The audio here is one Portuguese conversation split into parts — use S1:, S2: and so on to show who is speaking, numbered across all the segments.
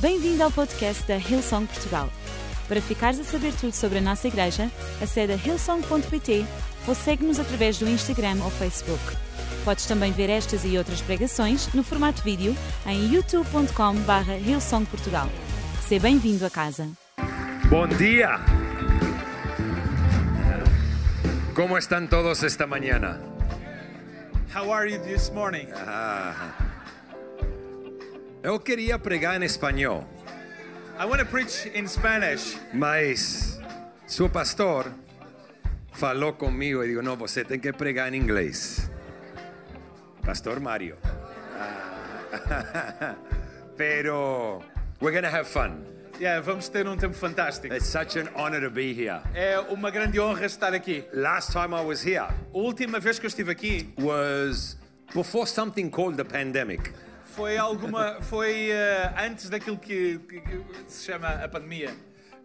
S1: Bem-vindo ao podcast da Hillsong Portugal. Para ficares a saber tudo sobre a nossa igreja, acede a hillsong.pt ou segue-nos através do Instagram ou Facebook. Podes também ver estas e outras pregações no formato vídeo em youtube.com.br hillsongportugal. Seja bem-vindo a casa.
S2: Buen día. ¿Cómo están todos esta mañana?
S3: How are you this morning?
S2: Eu queria pregar em espanhol,
S3: I want to preach in Spanish,
S2: mas seu pastor falou comigo e digo: Não, você tem que pregar em inglês. Pastor Mario. Ah. Pero we're gonna have fun.
S3: yeah, vamos ter um tempo fantástico.
S2: It's such an honor to be here.
S3: É uma grande honra estar aqui.
S2: Last time I was here
S3: A última vez que eu estive aqui
S2: was before something called the pandemic.
S3: foi alguma, foi eh, antes daquilo que, que- que se chama a pandemia.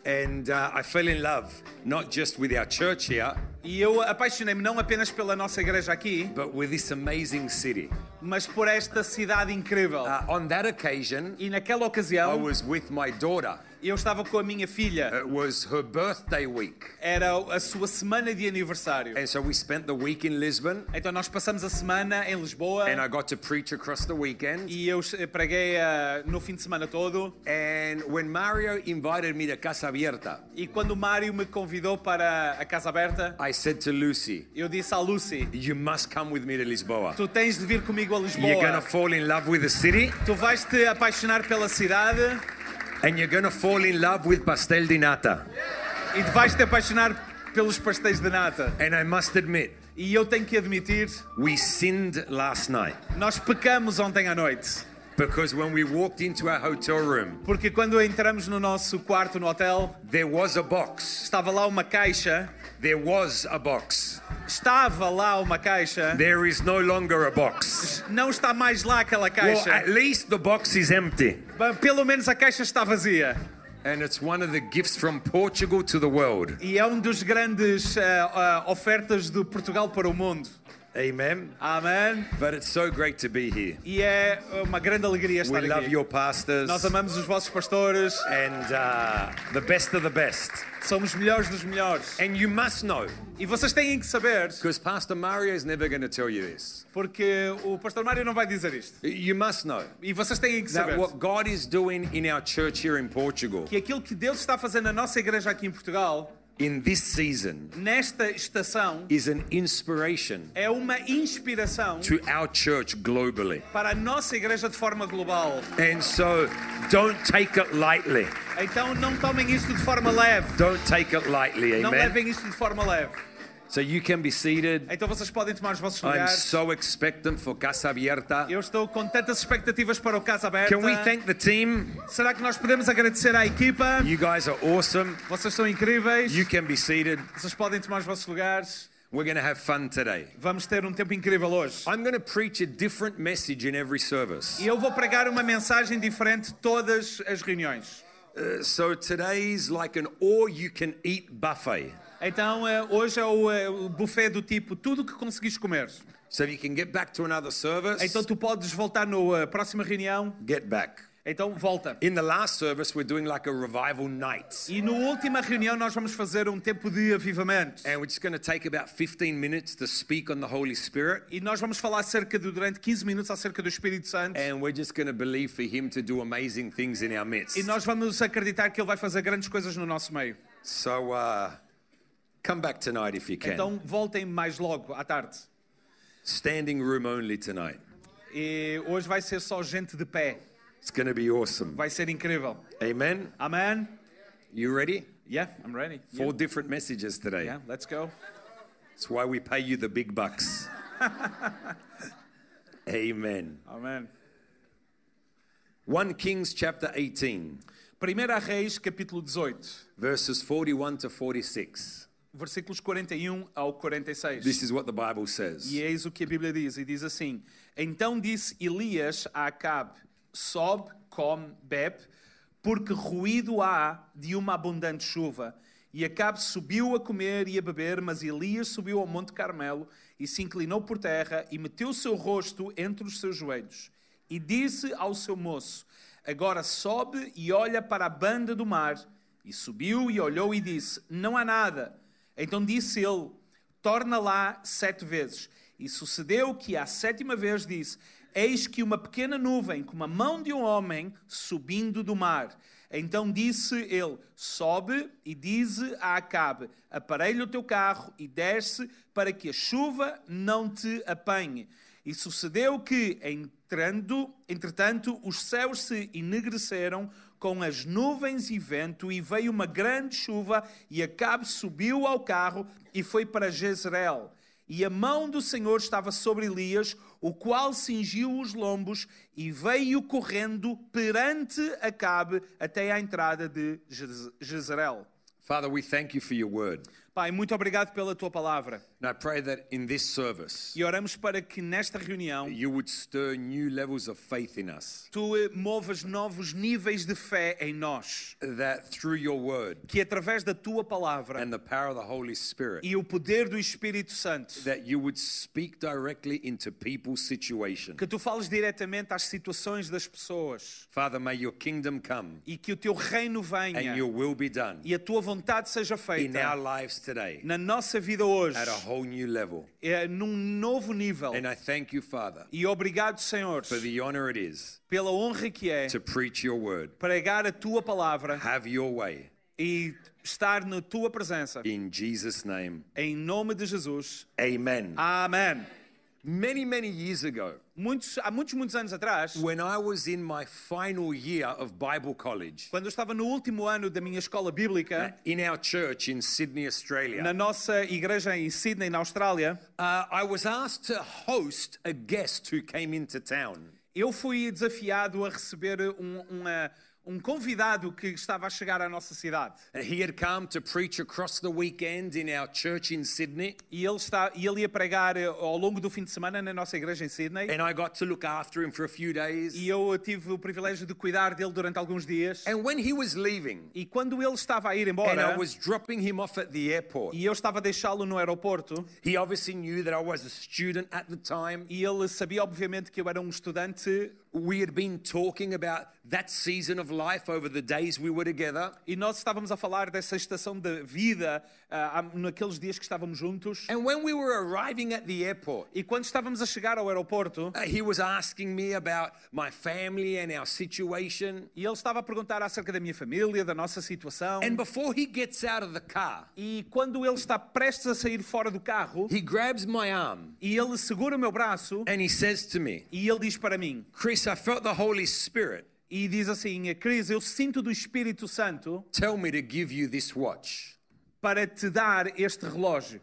S2: And uh, I fell in love, not just with our church here,
S3: E eu apaixonei-me não apenas pela nossa igreja aqui,
S2: but with this amazing city.
S3: mas por esta cidade incrível.
S2: Uh, on that occasion,
S3: E naquela
S2: I
S3: ocasião
S2: was with my daughter.
S3: eu estava com a minha filha.
S2: It was her birthday week.
S3: Era a sua semana de aniversário.
S2: And so we spent the week in Lisbon,
S3: Então nós passamos a semana em Lisboa
S2: and I got to preach across the weekend.
S3: e eu preguei eh, no fim de semana todo.
S2: And when Mario invited me to Casa Abierta,
S3: E quando o Mário me convidou para a Casa Aberta,
S2: I said to Lucy,
S3: eu disse à Lucy:
S2: You must come with me to Lisboa.
S3: Tu tens de vir comigo a
S2: You're going to
S3: Lisboa.
S2: fall in love with the city,
S3: Tu vais te apaixonar pela cidade
S2: and you're going to fall in love with Pastel di Nata.
S3: e te vais te apaixonar pelos pastéis de nata.
S2: And I must admit,
S3: E eu tenho que admitir,
S2: we sinned last night.
S3: nós pecamos ontem à noite.
S2: Because when we walked into our hotel room,
S3: Porque quando entramos no nosso quarto no hotel,
S2: there was a box.
S3: estava lá uma caixa.
S2: There was a box.
S3: Estava lá uma caixa.
S2: There is no longer a box.
S3: Não está mais lá aquela
S2: Well, at
S3: caixa.
S2: least the box is empty.
S3: Bem, Pelo menos a caixa está vazia.
S2: And it's one of the gifts from Portugal to the world.
S3: E é um dos grandes eh, ah, ofertas do Portugal para o mundo.
S2: Amen.
S3: Amém.
S2: But it's so great to be here.
S3: E é uma grande alegria estar
S2: We
S3: aqui.
S2: love your pastors
S3: Nós amamos os vossos pastores,
S2: and uh, the best of the best.
S3: somos melhores dos melhores.
S2: And you must know,
S3: E vocês têm que saber,
S2: because Pastor Mario is never going to tell you this.
S3: porque o pastor Mário não vai dizer isto.
S2: You must know
S3: E vocês têm que
S2: that
S3: saber
S2: what God is doing in our church here in Portugal
S3: que aquilo que Deus está fazendo na nossa igreja aqui em Portugal,
S2: in this season
S3: nesta estação,
S2: is an inspiration
S3: é uma inspiração
S2: to our church globally.
S3: para a nossa igreja de forma global.
S2: And so don't take it lightly.
S3: Então não tomem isto de forma leve.
S2: Don't take it lightly,
S3: Não
S2: amen.
S3: levem isto de forma leve.
S2: So you can be seated.
S3: Então vocês podem tomar os vossos
S2: I'm
S3: lugares.
S2: so expectant for Casa Abierta.
S3: Eu estou com tantas expectativas para o Casa Aberta.
S2: Can we thank the team?
S3: Será que nós podemos agradecer à equipa?
S2: You guys are awesome.
S3: Vocês são incríveis.
S2: You can be seated.
S3: Vocês podem tomar os vossos lugares.
S2: We're going to have fun today.
S3: Vamos ter um tempo incrível hoje.
S2: I'm going to preach a different message in every service.
S3: E eu vou pregar uma mensagem diferente todas as reuniões.
S2: Uh, So today's like an all you can eat buffet.
S3: Então, eh, hoje é o, eh, o buffet do tipo tudo o que conseguis comer.
S2: So if you can get back to another service,
S3: Então, tu podes voltar na próxima reunião.
S2: get back.
S3: Então, volta.
S2: In the last service, we're doing like a revival night.
S3: E na última reunião, nós vamos fazer um tempo de avivamento.
S2: And we're just going to take about 15 minutes to speak on the Holy Spirit.
S3: E nós vamos falar cerca de, durante 15 minutos acerca do Espírito Santo.
S2: And we're just going to believe for Him to do amazing things in our midst.
S3: E nós vamos acreditar que Ele vai fazer grandes coisas no nosso meio.
S2: So uh, come back tonight if you can.
S3: Então, voltem mais logo à tarde.
S2: Standing room only tonight.
S3: E hoje vai ser só gente de pé.
S2: It's going to be awesome.
S3: Vai ser incrível.
S2: Amen.
S3: Amém?
S2: You ready?
S3: Yeah, I'm ready.
S2: Four different messages today.
S3: Yeah, let's go.
S2: That's why we pay you the big bucks. Amen.
S3: Amém.
S2: 1 Kings chapter 18,
S3: 1 Reis, capítulo 18,
S2: verses 41 to 46.
S3: versículos 41 ao 46.
S2: This is what the Bible says.
S3: E eis o que a Bíblia diz, e diz assim: Então disse Elias a Acabe: Sobe, come, bebe, porque ruído há de uma abundante chuva. E Acabe subiu a comer e a beber, mas Elias subiu ao Monte Carmelo e se inclinou por terra e meteu o seu rosto entre os seus joelhos. E disse ao seu moço: Agora sobe e olha para a banda do mar. E subiu e olhou e disse: Não há nada. Então disse ele: Torna lá sete vezes. E sucedeu que à sétima vez disse: Eis que uma pequena nuvem, como a mão de um homem, subindo do mar. Então disse ele: Sobe e diz a Acabe: Aparelha o teu carro e desce, para que a chuva não te apanhe. E sucedeu que, entrando, entretanto, os céus se enegreceram com as nuvens e vento, e veio uma grande chuva, e Acabe subiu ao carro e foi para Jezreel. E a mão do Senhor estava sobre Elias, o qual cingiu os lombos e veio correndo perante Acabe até à entrada de Jez- Jezreel.
S2: Father, we thank you for your word.
S3: Pai, muito obrigado pela tua palavra.
S2: And I pray that in this service,
S3: E oramos para que nesta reunião
S2: you would stir new levels of faith in us.
S3: tu eh, movas novos níveis de fé em nós.
S2: That through your word
S3: Que através da tua palavra
S2: and the power of the Holy Spirit,
S3: e o poder do Espírito Santo,
S2: that you would speak directly into people's situation.
S3: que tu fales diretamente às situações das pessoas
S2: Father, may your kingdom come
S3: e que o teu reino venha
S2: and your will be done
S3: e a tua vontade seja
S2: in our
S3: feita
S2: lives today
S3: na nossa vida hoje.
S2: at a whole new level.
S3: é, num novo nível.
S2: And I thank you, Father,
S3: E obrigado, Senhor,
S2: for the honor it is
S3: pela honra que é
S2: to preach your word.
S3: pregar a tua palavra
S2: Have your way
S3: e estar na tua presença.
S2: in Jesus' name.
S3: Em nome de Jesus.
S2: Amen.
S3: Amém.
S2: Many, many years ago,
S3: Muitos, há muitos, muitos anos atrás,
S2: when I was in my final year of Bible college
S3: quando eu estava no último ano da minha escola bíblica,
S2: in our church in Sydney,
S3: na
S2: Australia,
S3: nossa igreja em Sydney, na Austrália,
S2: uh, I was asked to host a guest who came into town.
S3: eu fui desafiado a receber um, uma- um convidado que estava a chegar à nossa cidade.
S2: He had come to preach across the weekend in our church in Sydney,
S3: E ele, está, e ele ia pregar eh, ao longo do fim de semana na nossa igreja em Sydney.
S2: and I got to look after him for a few days.
S3: E eu tive o privilégio de cuidar dele durante alguns dias.
S2: And when he was leaving,
S3: E quando ele estava a
S2: and
S3: ir
S2: I
S3: embora
S2: was dropping him off at the airport,
S3: e eu estava a deixá-lo no aeroporto,
S2: he obviously knew that I was a student at the time.
S3: e ele sabia obviamente que eu era um estudante,
S2: We had been talking about that season of life over the days we were together.
S3: e nós estávamos a falar dessa estação da vida ah, há- naqueles dias que estávamos juntos.
S2: And when we were arriving at the airport,
S3: E quando estávamos a chegar ao aeroporto,
S2: uh, he was asking me about my family and our situation.
S3: e ele estava a perguntar acerca da minha família, da nossa situação.
S2: And before he gets out of the car,
S3: E quando ele está prestes a sair fora do carro,
S2: he grabs my arm
S3: e ele segura o meu braço,
S2: and he says to me,
S3: e ele diz para mim,
S2: Chris, I felt the Holy Spirit
S3: e diz assim, Cris, eu sinto do Espírito Santo
S2: tell me to give you this watch.
S3: para te dar este relógio.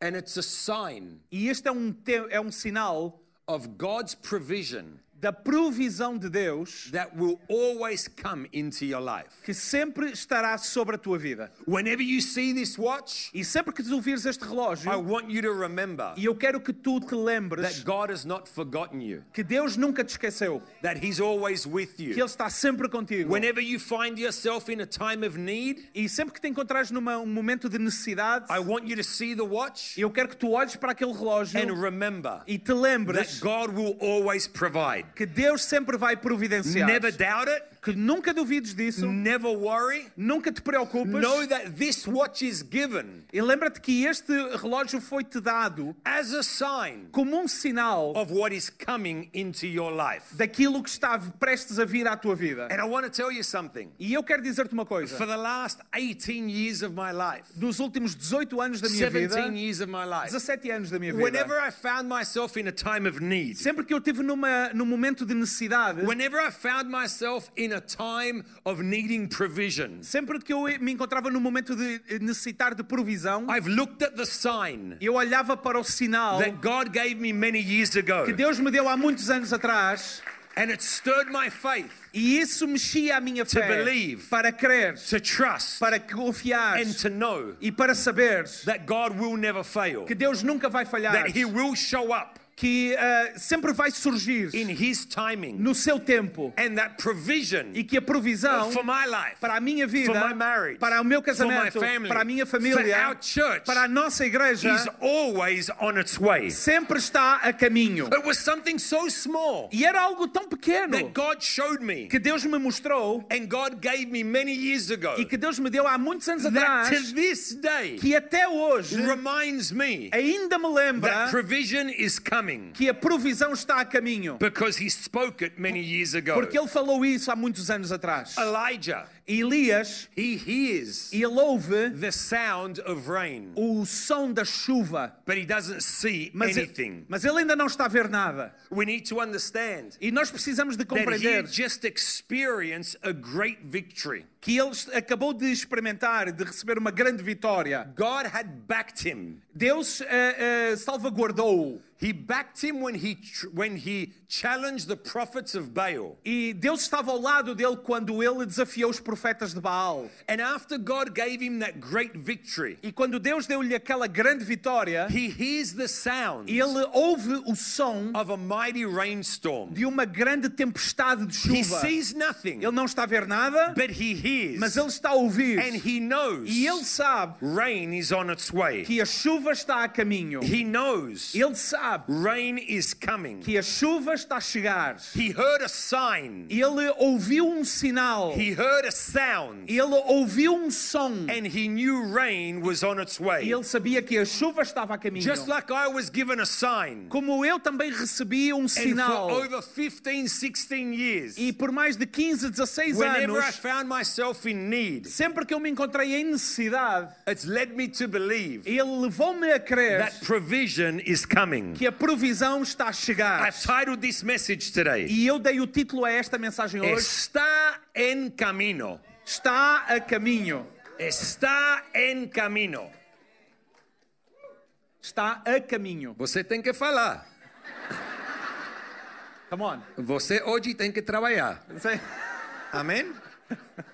S2: And it's a sign
S3: E este é um, te- é um sinal
S2: of God's provision
S3: da provisão de Deus
S2: that will always come into your life.
S3: que sempre estará sobre a tua vida.
S2: Whenever you see this watch,
S3: E sempre que tu vires este relógio,
S2: I want you to remember
S3: e eu quero que tu te
S2: that
S3: lembres
S2: God has not forgotten you,
S3: que Deus nunca te esqueceu,
S2: that He's always with
S3: que Ele
S2: you.
S3: está sempre contigo.
S2: Whenever you find yourself in a time of need,
S3: E sempre que te encontrares num momento de necessidade,
S2: I want you to see the watch
S3: eu quero que tu olhes para aquele relógio
S2: and remember
S3: e te
S2: that
S3: lembres
S2: God will always provide.
S3: que Deus sempre vai providenciar.
S2: Never doubt it,
S3: Que nunca duvides disso,
S2: never worry.
S3: nunca te preocupes.
S2: Know that this watch is given
S3: E lembra-te que este relógio foi-te dado
S2: as a sign
S3: como um sinal
S2: of what is coming into your life.
S3: daquilo que está prestes a vir à tua vida.
S2: And I want to tell you something.
S3: E eu quero dizer-te uma coisa.
S2: For the last 18 years of my life,
S3: Dos últimos 18 anos da minha vida,
S2: 17 years of my life,
S3: 17 anos da minha
S2: whenever
S3: vida,
S2: I found myself in a time of need,
S3: sempre que eu tive numa num momento de necessidade,
S2: whenever I found myself in a time of needing provision,
S3: sempre que eu me encontrava num momento de eh, necessitar de provisão,
S2: I've looked at the sign
S3: eu olhava para o sinal
S2: that God gave me many years ago,
S3: que Deus me deu há muitos anos atrás
S2: and it stirred my faith
S3: e isso mexia a minha fé
S2: believe.
S3: para crer,
S2: to trust
S3: para confiar
S2: and to know
S3: e para saber
S2: that God will never fail,
S3: que Deus nunca vai falhar,
S2: that He will show up
S3: que ah, sempre vai surgir
S2: in His timing.
S3: no seu tempo
S2: And that provision
S3: e que a provisão
S2: for my life,
S3: para a minha vida,
S2: for my marriage,
S3: para o meu
S2: for my
S3: casamento,
S2: family,
S3: para a minha
S2: for
S3: família,
S2: our church,
S3: para a nossa igreja,
S2: is always on its way.
S3: sempre está a caminho.
S2: It was something so small
S3: E era algo tão pequeno
S2: that God showed me
S3: que Deus me mostrou
S2: and God gave me many years ago
S3: e que Deus me deu há muitos anos
S2: that
S3: atrás,
S2: to this day
S3: que até hoje
S2: reminds me
S3: ainda me
S2: that
S3: lembra
S2: provision is coming
S3: que a provisão está a caminho.
S2: because he spoke it many years ago.
S3: Porque ele falou isso há muitos anos atrás.
S2: Elijah,
S3: Elias,
S2: he hears
S3: ele ouve
S2: the sound of rain,
S3: o som da chuva,
S2: but he doesn't see
S3: mas,
S2: anything.
S3: mas ele ainda não está a ver nada.
S2: We need to understand
S3: E nós precisamos de
S2: that he
S3: compreender
S2: just experienced a great victory.
S3: que ele est- acabou de experimentar, de receber uma grande vitória.
S2: God had backed him.
S3: Deus eh, eh, salvaguardou-o.
S2: He backed him when he tr- when he challenged the prophets of Baal.
S3: E Deus estava ao lado dele quando ele desafiou os profetas de Baal.
S2: And after God gave him that great victory,
S3: E quando Deus deu-lhe aquela grande vitória,
S2: he hears the sound
S3: ele ouve o som
S2: of a mighty rainstorm.
S3: de uma grande tempestade de
S2: He
S3: chuva.
S2: sees nothing,
S3: Ele não está a ver nada,
S2: but he hears.
S3: mas ele está a ouvir.
S2: And he knows
S3: E ele sabe
S2: rain is on its way.
S3: que a chuva está a caminho.
S2: He knows
S3: Ele sabe
S2: rain is coming.
S3: que a chuva está a chegar.
S2: He heard a sign.
S3: Ele ouviu um sinal.
S2: He heard a sound.
S3: Ele ouviu um som.
S2: And he knew rain was on its
S3: E
S2: way.
S3: ele sabia que a chuva estava a caminho.
S2: Just like I was given a sign.
S3: Como eu também recebi um
S2: And for
S3: sinal.
S2: over 15, 16 years,
S3: E por mais de 15, 16
S2: whenever I
S3: anos,
S2: found myself in need,
S3: sempre que eu me encontrei em necessidade,
S2: it's led me to believe
S3: ele levou-me a crer
S2: that provision is coming.
S3: que a provisão está a chegar.
S2: I've titled this message today
S3: E eu dei o título a esta mensagem hoje:
S2: Está en camino.
S3: Está a caminho.
S2: Está en camino.
S3: Está a caminho.
S2: Você tem que falar.
S3: Come on.
S2: Você hoje tem que trabalhar.
S3: Você-
S2: Amém?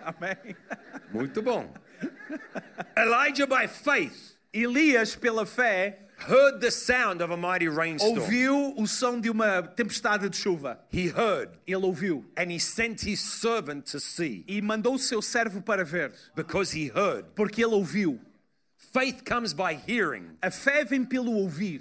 S3: Amém.
S2: Muito bom. Elijah by faith
S3: Elias, pela fé,
S2: heard the sound of a mighty rainstorm.
S3: ouviu o som de uma tempestade de chuva.
S2: He heard
S3: Ele ouviu.
S2: and he sent his servant to see
S3: E mandou o seu servo para ver,
S2: because he heard.
S3: porque ele ouviu.
S2: Faith comes by hearing,
S3: A fé vem pelo ouvir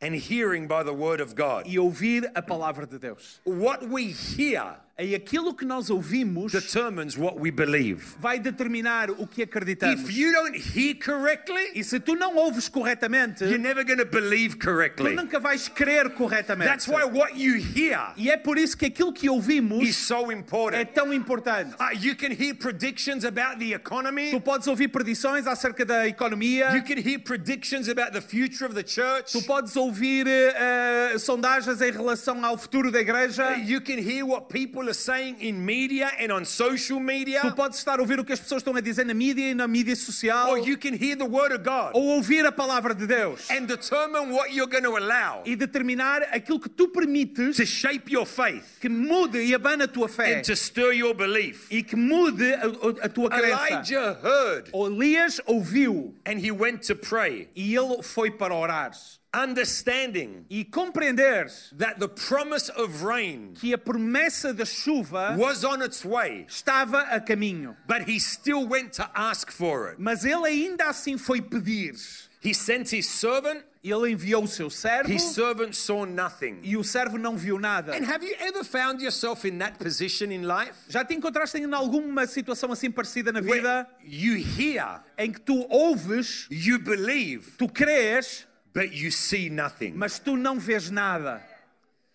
S2: and hearing by the word of God.
S3: e ouvir a palavra de Deus.
S2: What we hear
S3: E aquilo que nós ouvimos
S2: determines what we believe.
S3: vai determinar o que acreditamos.
S2: If you don't hear correctly,
S3: E se tu não ouves corretamente,
S2: you're never going to believe
S3: tu
S2: correctly.
S3: nunca vais crer corretamente.
S2: That's why what you hear
S3: E é por isso que aquilo que ouvimos
S2: is so
S3: é
S2: important.
S3: tão importante.
S2: Uh, you can hear predictions about the
S3: Tu
S2: economy.
S3: podes ouvir predições acerca da economia,
S2: You can hear predictions about the future of the church.
S3: tu podes ouvir eh, eh, sondagens em relação ao futuro da igreja,
S2: Uh, Eh, You can hear what people are saying in media and on social
S3: tu
S2: media.
S3: podes estar a ouvir o que as pessoas estão a dizer na mídia e na mídia social,
S2: Or you can hear the word of God
S3: ou ouvir a palavra de Deus
S2: and determine what you're going to allow
S3: e determinar aquilo que tu permites
S2: to shape your faith
S3: que mude e abana a tua fé
S2: and to stir your belief.
S3: e que mude a, a- a tua crença.
S2: Elijah heard
S3: Elias ouviu
S2: and he went to pray,
S3: e ele foi para orar
S2: understanding
S3: e compreender
S2: that the promise of rain
S3: que a promessa da chuva
S2: was on its way,
S3: estava a caminho.
S2: but he still went to ask for it.
S3: Mas ele ainda assim foi pedir.
S2: He sent his servant,
S3: Ele enviou o seu servo
S2: his servant saw nothing.
S3: e o servo não viu nada.
S2: And have you ever found yourself in that position in life?
S3: Já te encontraste em alguma situação assim parecida na
S2: Where
S3: vida
S2: you hear,
S3: em que tu ouves,
S2: you believe,
S3: tu crês,
S2: but you see nothing.
S3: mas tu não vês nada?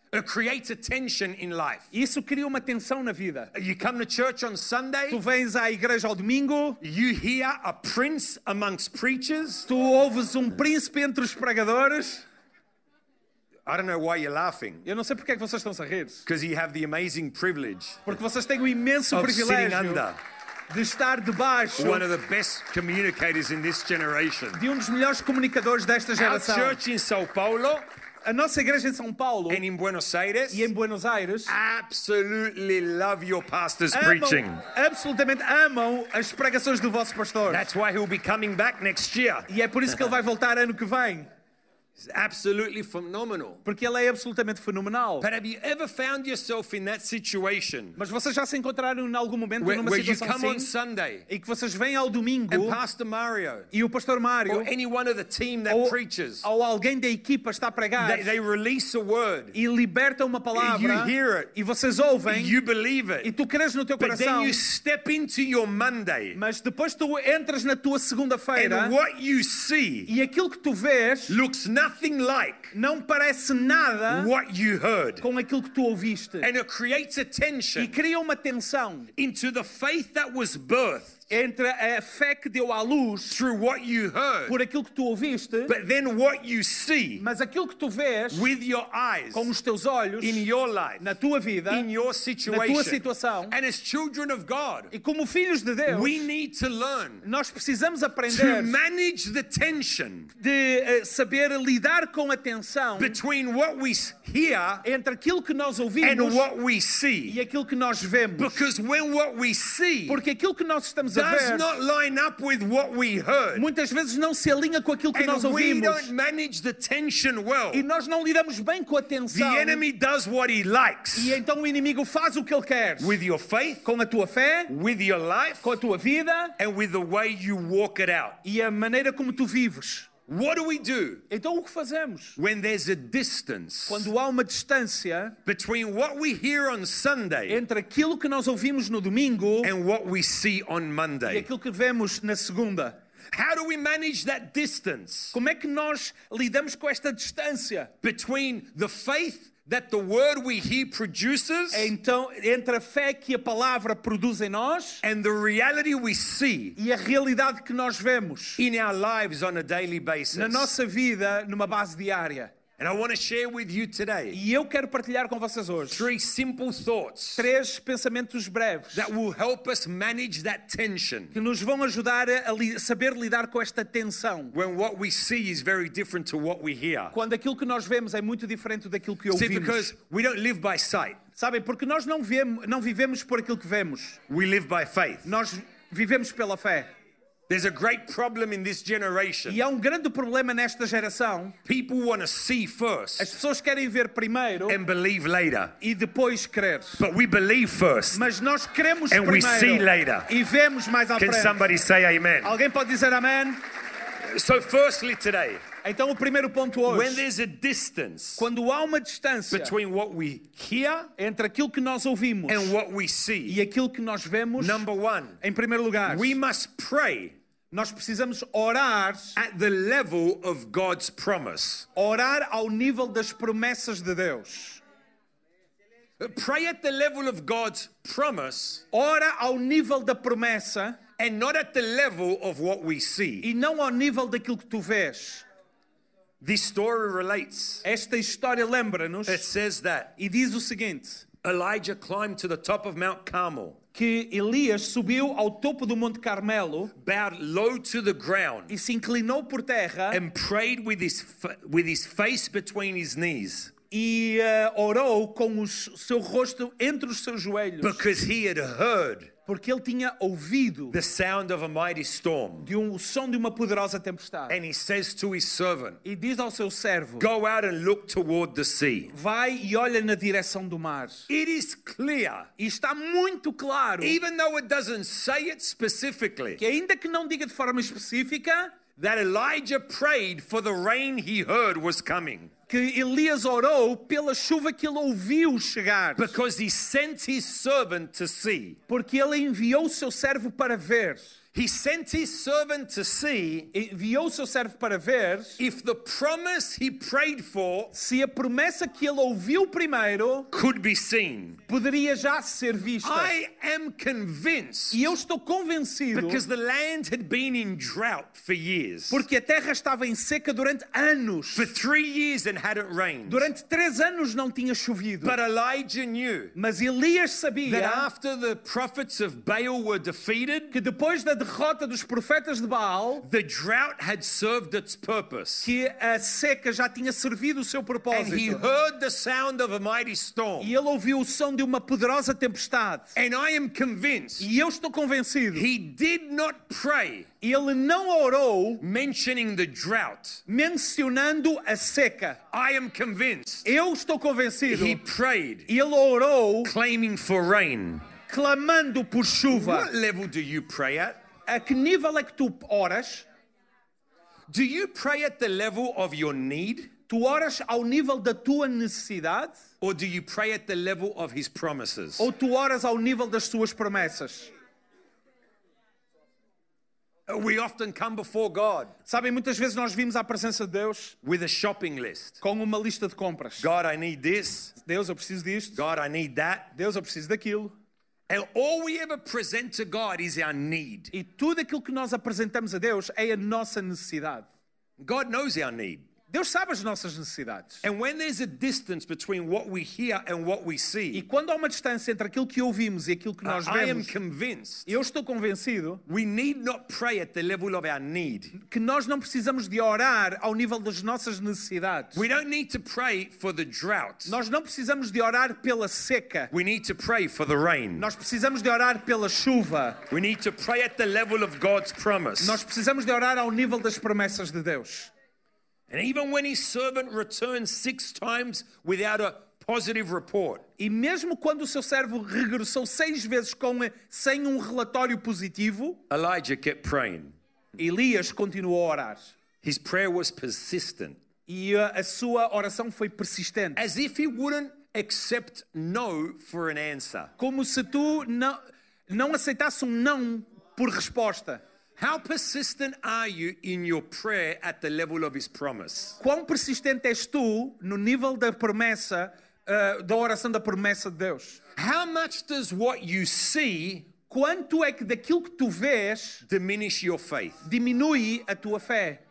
S2: It creates a tension in life.
S3: Isso cria uma tensão na vida.
S2: You come to church on Sunday,
S3: Tu vens à igreja ao domingo,
S2: You hear a prince amongst preachers?
S3: tu ouves um príncipe entre os pregadores.
S2: I don't know why you're laughing.
S3: Eu não sei porque é que vocês estão a rir.
S2: Because you have the amazing privilege
S3: Porque vocês têm o imenso
S2: of sitting
S3: privilégio
S2: under
S3: de estar debaixo
S2: one of the best communicators in this generation.
S3: de um dos melhores comunicadores desta
S2: Our
S3: geração.
S2: church in Sao Paulo
S3: A nossa igreja em São Paulo
S2: and in Buenos Aires
S3: e em Buenos Aires
S2: absolutely love your pastor's preaching.
S3: amam, absolutamente amam as pregações do vosso pastor.
S2: That's why he'll be coming back next year.
S3: E é por isso que ele vai voltar ano que vem.
S2: It's absolutely phenomenal.
S3: Porque ele é absolutamente fenomenal.
S2: But have you ever found yourself in that situation
S3: Mas vocês já se encontraram em algum momento
S2: where,
S3: numa
S2: where you
S3: situação
S2: come on
S3: assim
S2: Sunday
S3: e que vocês vêm ao domingo
S2: and Pastor Mario
S3: e o pastor Mário
S2: or any one of the team that
S3: ou,
S2: preaches,
S3: ou alguém da equipa está a pregar
S2: they, they release a word,
S3: e liberta uma palavra
S2: You hear it.
S3: e vocês ouvem
S2: you believe
S3: e
S2: it,
S3: tu crês no teu
S2: but then
S3: coração
S2: you step into your Monday
S3: mas depois tu entras na tua segunda-feira
S2: and what you see
S3: e aquilo que tu vês
S2: looks nothing like
S3: não parece nada
S2: what you heard.
S3: com aquilo que tu ouviste
S2: And it creates a
S3: e
S2: tension
S3: cria uma tensão
S2: into the faith that was birthed
S3: entre a fé que deu à luz
S2: through what you heard,
S3: por e- aquilo que tu ouviste
S2: but then what you see
S3: mas aquilo que tu vês
S2: with your eyes
S3: com os teus olhos
S2: in your life,
S3: na tua vida
S2: in your situation.
S3: situação.
S2: And as children of God,
S3: e como filhos de Deus
S2: we need to learn
S3: nós precisamos
S2: to
S3: aprender
S2: manage the tension
S3: de eh, saber lidar com a tensão
S2: between what we s- hear
S3: entre aquilo que nós
S2: and
S3: ouvimos
S2: what we
S3: e
S2: see.
S3: aquilo que nós vemos
S2: Because when what we see
S3: porque aquilo que nós estamos a
S2: does
S3: ver
S2: not line up with what we heard,
S3: muitas vezes não se alinha com aquilo que nós
S2: and we
S3: ouvimos
S2: don't manage the tension well,
S3: e nós não lidamos bem com a tensão
S2: The enemy does what he likes
S3: e então o inimigo faz o que ele quer
S2: with your faith,
S3: com a tua fé
S2: with your life,
S3: com a tua vida
S2: and with the way you walk it out.
S3: e a maneira como tu vives
S2: What do we do
S3: então o que fazemos
S2: when there's a distance
S3: quando há uma distância
S2: between what we hear on Sunday
S3: entre aquilo que nós ouvimos no domingo
S2: and what we see on
S3: e
S2: Monday?
S3: aquilo que vemos na segunda.
S2: How do we manage that distance
S3: Como é que nós lidamos com esta distância?
S2: between the faith that the word we hear produces
S3: Então, entre a fé que a palavra produz em nós
S2: and the reality we see
S3: e a realidade que nós vemos
S2: in our lives on a daily
S3: na
S2: basis?
S3: nossa vida numa base diária.
S2: And I want to share with you today
S3: E eu quero partilhar com vocês hoje
S2: three simple thoughts.
S3: três pensamentos breves
S2: that will help us manage that tension
S3: que nos vão ajudar a li- saber lidar com esta tensão.
S2: when what we see is very different to what we hear.
S3: Quando aquilo que nós vemos é muito diferente daquilo que
S2: See,
S3: ouvimos.
S2: because we don't live by sight,
S3: Sabem, porque nós não, vemos, não vivemos por aquilo que vemos.
S2: we live by faith.
S3: Nós vivemos pela fé.
S2: There's a great problem in this
S3: E
S2: generation.
S3: há um grande problema nesta geração.
S2: People want to see
S3: As
S2: first
S3: pessoas querem ver primeiro
S2: and believe later.
S3: e depois crer.
S2: But we believe first
S3: Mas nós queremos
S2: and we see
S3: primeiro
S2: later.
S3: e vemos mais à
S2: Can
S3: frente.
S2: somebody say amen?
S3: Alguém pode dizer amém?
S2: So, firstly, today,
S3: Então o primeiro ponto
S2: when
S3: hoje,
S2: there's a distance
S3: quando há uma distância
S2: between what we hear
S3: entre aquilo que nós ouvimos
S2: and what we
S3: e
S2: see,
S3: aquilo que nós vemos,
S2: number one,
S3: em primeiro lugar,
S2: we must pray
S3: nós precisamos orar,
S2: at the level of God's promise.
S3: orar ao nível das promessas de Deus.
S2: Pray at the level of God's promise
S3: Ora ao nível da promessa
S2: and not at the level of what we see.
S3: e não ao nível daquilo que tu vês.
S2: This story relates.
S3: Esta história lembra-nos
S2: It says that
S3: e diz o seguinte:
S2: Elijah climbed to the top of Mount Carmel,
S3: que Elias subiu ao topo do Monte Carmelo
S2: bowed low to the ground,
S3: e se inclinou por terra
S2: and prayed with his, fa- with his face between his knees
S3: e eh, orou com o seu rosto entre os seus joelhos,
S2: because he had heard
S3: porque ele tinha ouvido
S2: the sound of a mighty storm.
S3: de um, o som de uma poderosa tempestade.
S2: And he says to his servant,
S3: E diz ao seu servo:
S2: Go out and look toward the sea.
S3: Vai e olha na direção do mar.
S2: It is clear
S3: E está muito claro
S2: even though it doesn't say it specifically,
S3: que, ainda que não diga de forma específica,
S2: that Elijah prayed for the rain he heard was coming
S3: que Elias orou pela chuva que ele ouviu chegar,
S2: because he sent his servant to see.
S3: porque ele enviou o seu servo para ver.
S2: He sent his servant to see
S3: Enviou o seu servo para ver
S2: if the promise he prayed for
S3: se a promessa que ele ouviu primeiro
S2: could be seen.
S3: poderia já ser vista.
S2: I am convinced
S3: E eu estou convencido
S2: because the land had been in drought for years.
S3: porque a terra estava em seca durante anos.
S2: For three years and hadn't rained.
S3: Durante três anos não tinha chovido.
S2: But Elijah knew
S3: Mas Elias
S2: that
S3: sabia
S2: after the prophets of Baal were defeated,
S3: que depois da derrota dos profetas de Baal,
S2: the drought had served its purpose.
S3: que a seca já tinha servido o seu
S2: And he
S3: propósito.
S2: heard the sound of a mighty
S3: E
S2: storm.
S3: ele ouviu o som de uma poderosa tempestade.
S2: And I am convinced
S3: E eu estou convencido,
S2: he did not pray
S3: ele não orou
S2: mentioning the drought.
S3: mencionando a seca.
S2: I am convinced
S3: Eu estou convencido,
S2: he prayed
S3: ele orou
S2: claiming for rain.
S3: clamando por chuva.
S2: What level do you pray at?
S3: A que nível é que tu oras?
S2: Do you pray at the level of your need
S3: Tu oras ao nível da tua necessidade
S2: or do you pray at the level of his promises?
S3: ou tu oras ao nível das suas promessas?
S2: Uh, We often come before God
S3: Sabem, muitas vezes nós vimos à presença de Deus
S2: with a shopping list.
S3: com uma lista de compras.
S2: God, I need this.
S3: Deus, eu preciso disto.
S2: God, I need that.
S3: Deus, eu preciso daquilo.
S2: And all we ever present to God is our need.
S3: E tudo aquilo que nós apresentamos a Deus é a nossa necessidade.
S2: God knows our need.
S3: Deus sabe as nossas necessidades.
S2: And when there's a distance between what we hear and what we
S3: E
S2: see,
S3: quando há uma distância entre aquilo que ouvimos e aquilo que nós
S2: I am
S3: vemos,
S2: convinced
S3: eu estou convencido
S2: we need not pray at the level of our need.
S3: que nós não precisamos de orar ao nível das nossas necessidades.
S2: We don't need to pray for the drought.
S3: Nós não precisamos de orar pela seca.
S2: We need to pray for the rain.
S3: Nós precisamos de orar pela chuva.
S2: We need to pray at the level of God's promise.
S3: Nós precisamos de orar ao nível das promessas de Deus.
S2: And even when his servant returned six times without a positive report,
S3: E mesmo quando o seu servo regressou seis vezes com, sem um relatório positivo,
S2: Elijah kept praying.
S3: Elias continuou a orar.
S2: His prayer was persistent,
S3: E eh, a, a sua oração foi persistente. É
S2: as if he wouldn't accept no for an answer.
S3: Como se tu não, não aceitasse um não por resposta.
S2: How persistent are you in your prayer at the level of his promise?
S3: Quão persistente és tu no nível da promessa, ah, da oração da promessa de Deus?
S2: How much does what you see
S3: Quanto é que daquilo que tu vês
S2: diminish your faith?
S3: diminui a tua fé?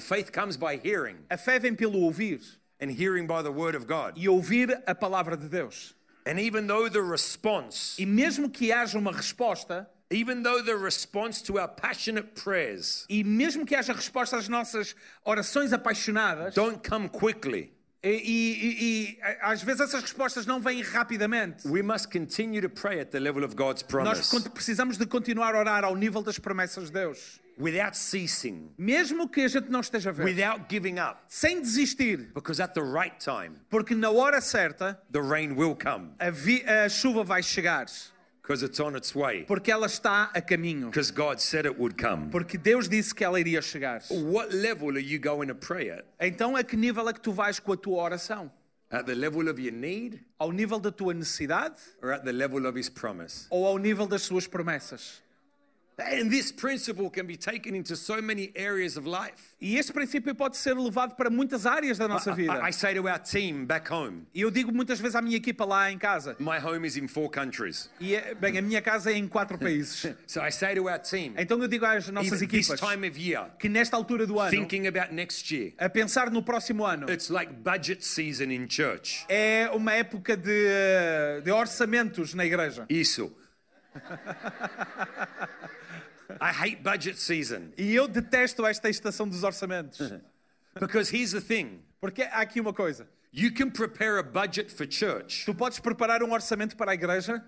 S2: Faith comes by hearing,
S3: A fé vem pelo ouvir
S2: and hearing by the word of God.
S3: e ouvir a palavra de Deus.
S2: And even though the response,
S3: E mesmo que haja uma resposta,
S2: even though the response to our passionate prayers
S3: e mesmo que haja resposta às nossas orações apaixonadas,
S2: don't come quickly,
S3: e, e- e- e, a- às vezes essas respostas não vêm rapidamente.
S2: we must continue to pray at the level of God's
S3: Nós
S2: promise
S3: con- precisamos de continuar a orar ao nível das promessas de Deus.
S2: without ceasing,
S3: Mesmo que a gente não esteja a ver.
S2: without giving up,
S3: Sem desistir,
S2: because at the right time,
S3: porque na hora certa
S2: the rain will come
S3: a, vi- a chuva vai chegar.
S2: because it's on its way,
S3: Porque ela está a caminho.
S2: because God said it would come.
S3: Porque Deus disse que ela iria chegar.
S2: What level are you going to pray at?
S3: Então, a que nível é que tu vais com a tua oração?
S2: At the level of your need
S3: Ao nível da tua necessidade
S2: or at the level of His promise?
S3: ou ao nível das suas promessas?
S2: And this principle can be taken into so many areas of life.
S3: E este princípio pode ser levado para muitas áreas da nossa vida.
S2: I, I say to our team back home,
S3: E eu digo muitas vezes à minha equipa lá em casa,
S2: my home is in four countries.
S3: e é- bem, a minha casa é em quatro países.
S2: So I say to our team,
S3: Então eu digo às nossas
S2: even this
S3: equipas
S2: time of year,
S3: que nesta altura do ano,
S2: thinking about next year,
S3: a pensar no próximo ano,
S2: it's like budget season in church.
S3: é uma época de, de orçamentos na igreja.
S2: Isso. I hate budget season
S3: E eu detesto esta estação dos orçamentos.
S2: because here's the thing
S3: Porque há aqui uma coisa.
S2: you can prepare a budget for church
S3: Tu podes preparar um orçamento para a igreja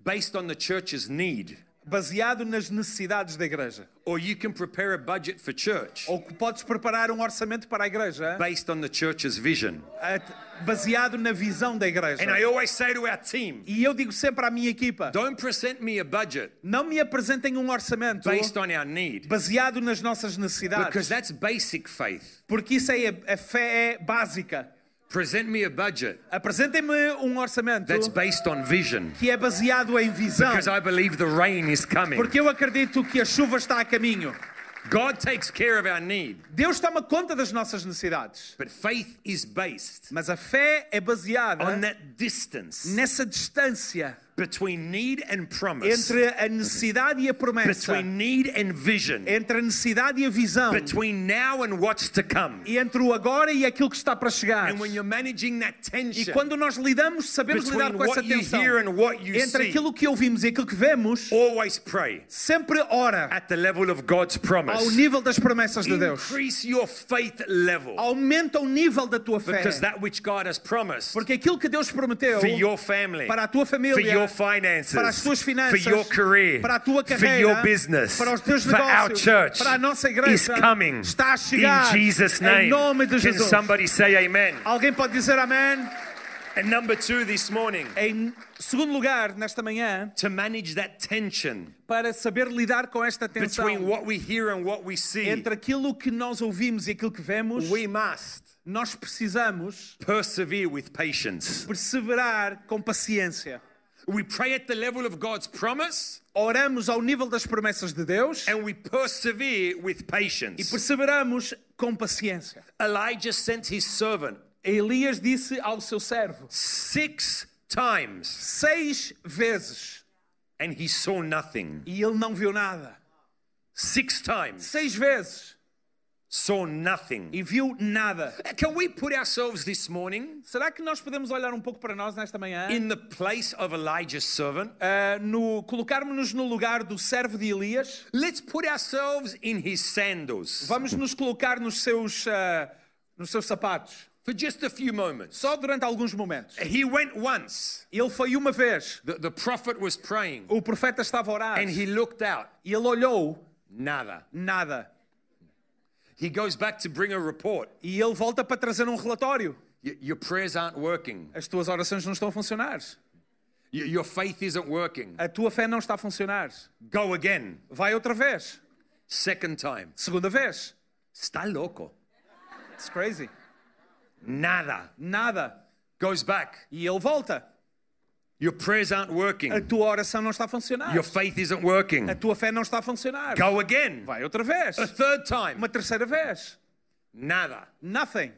S2: based on the church's need,
S3: baseado nas necessidades da igreja.
S2: or you can prepare a budget for church
S3: Ou que podes preparar um orçamento para a igreja
S2: based on the church's vision.
S3: eh, baseado na visão da igreja.
S2: And I always say to our team,
S3: E eu digo sempre à minha equipa,
S2: don't present me a budget
S3: não me apresentem um orçamento
S2: based on our need
S3: baseado nas nossas
S2: because
S3: necessidades,
S2: that's basic faith.
S3: porque isso é a, a fé básica.
S2: Present me a budget
S3: Apresentem-me um orçamento
S2: that's based on vision
S3: que é baseado em visão,
S2: because I believe the rain is coming.
S3: porque eu acredito que a chuva está a caminho.
S2: God takes care of our need,
S3: Deus toma conta das nossas necessidades,
S2: but faith is based
S3: mas a fé é baseada
S2: on that distance
S3: nessa distância
S2: between need and promise,
S3: entre a necessidade e a promessa,
S2: between need and vision,
S3: entre a necessidade e a visão,
S2: between now and what's to come.
S3: entre o agora e aquilo que está para chegar.
S2: And when you're managing that
S3: E
S2: tension
S3: quando nós lidamos, sabemos lidar
S2: between
S3: com essa
S2: what you
S3: tensão
S2: hear and what you
S3: entre
S2: see,
S3: aquilo que ouvimos e aquilo que vemos,
S2: always pray
S3: sempre ora
S2: at the level of God's
S3: ao
S2: promise.
S3: nível das promessas de Deus.
S2: Increase your faith level
S3: Aumenta o nível da tua fé.
S2: because that which God has promised
S3: Porque aquilo que Deus prometeu
S2: for your family,
S3: para a tua
S2: for your
S3: família,
S2: finances,
S3: para as tuas finanças,
S2: for your career,
S3: para a tua
S2: for
S3: carreira,
S2: your business,
S3: para os teus
S2: for our
S3: negócios,
S2: church,
S3: para a nossa igreja,
S2: is coming
S3: está a chegar
S2: in Jesus'
S3: em
S2: name.
S3: nome de
S2: Can
S3: Jesus.
S2: somebody say amen?
S3: alguém pode dizer amém?
S2: And number two this morning,
S3: Em segundo lugar, nesta manhã,
S2: to manage that tension
S3: para saber lidar com esta tensão
S2: between what we hear and what we see,
S3: entre aquilo que nós ouvimos e aquilo que vemos,
S2: we must
S3: nós precisamos
S2: persevere with patience.
S3: perseverar com paciência.
S2: We pray at the level of God's promise
S3: Oramos ao nível das promessas de Deus
S2: and we persevere with
S3: e
S2: patience.
S3: perseveramos com paciência.
S2: Elijah sent his servant
S3: Elias disse ao seu servo
S2: six times
S3: seis vezes
S2: and he saw nothing.
S3: e ele não viu nada.
S2: Six times
S3: Seis vezes
S2: saw nothing.
S3: e viu nada.
S2: Can we put ourselves this morning
S3: Será que nós podemos olhar um pouco para nós nesta manhã?
S2: in the place of Elijah's servant?
S3: Ah, no colocarmos-nos no lugar do servo de Elias,
S2: Let's put ourselves in his sandals
S3: vamos nos colocar nos seus ah, nos seus sapatos,
S2: for just a few moments.
S3: só durante alguns momentos.
S2: He went once.
S3: Ele foi uma vez,
S2: The, the prophet was praying
S3: o profeta estava a orar
S2: and
S3: e
S2: he looked out.
S3: ele olhou
S2: Nada.
S3: nada.
S2: He goes back to bring a report.
S3: E ele volta para trazer um relatório.
S2: Y- Your prayers aren't working.
S3: As tuas orações não estão a funcionar.
S2: Y- Your faith isn't working.
S3: A tua fé não está a funcionar.
S2: Go again.
S3: Vai outra vez.
S2: Second time.
S3: Segunda vez.
S2: Está loco.
S3: It's crazy.
S2: Nada.
S3: Nada.
S2: Goes back.
S3: E ele volta.
S2: Your prayers aren't
S3: A
S2: working.
S3: tua oração não está a funcionar.
S2: Your faith isn't
S3: A
S2: working.
S3: tua fé não está a funcionar.
S2: Go again.
S3: Vai outra vez.
S2: A third time.
S3: Uma terceira vez.
S2: Nada.
S3: Nothing.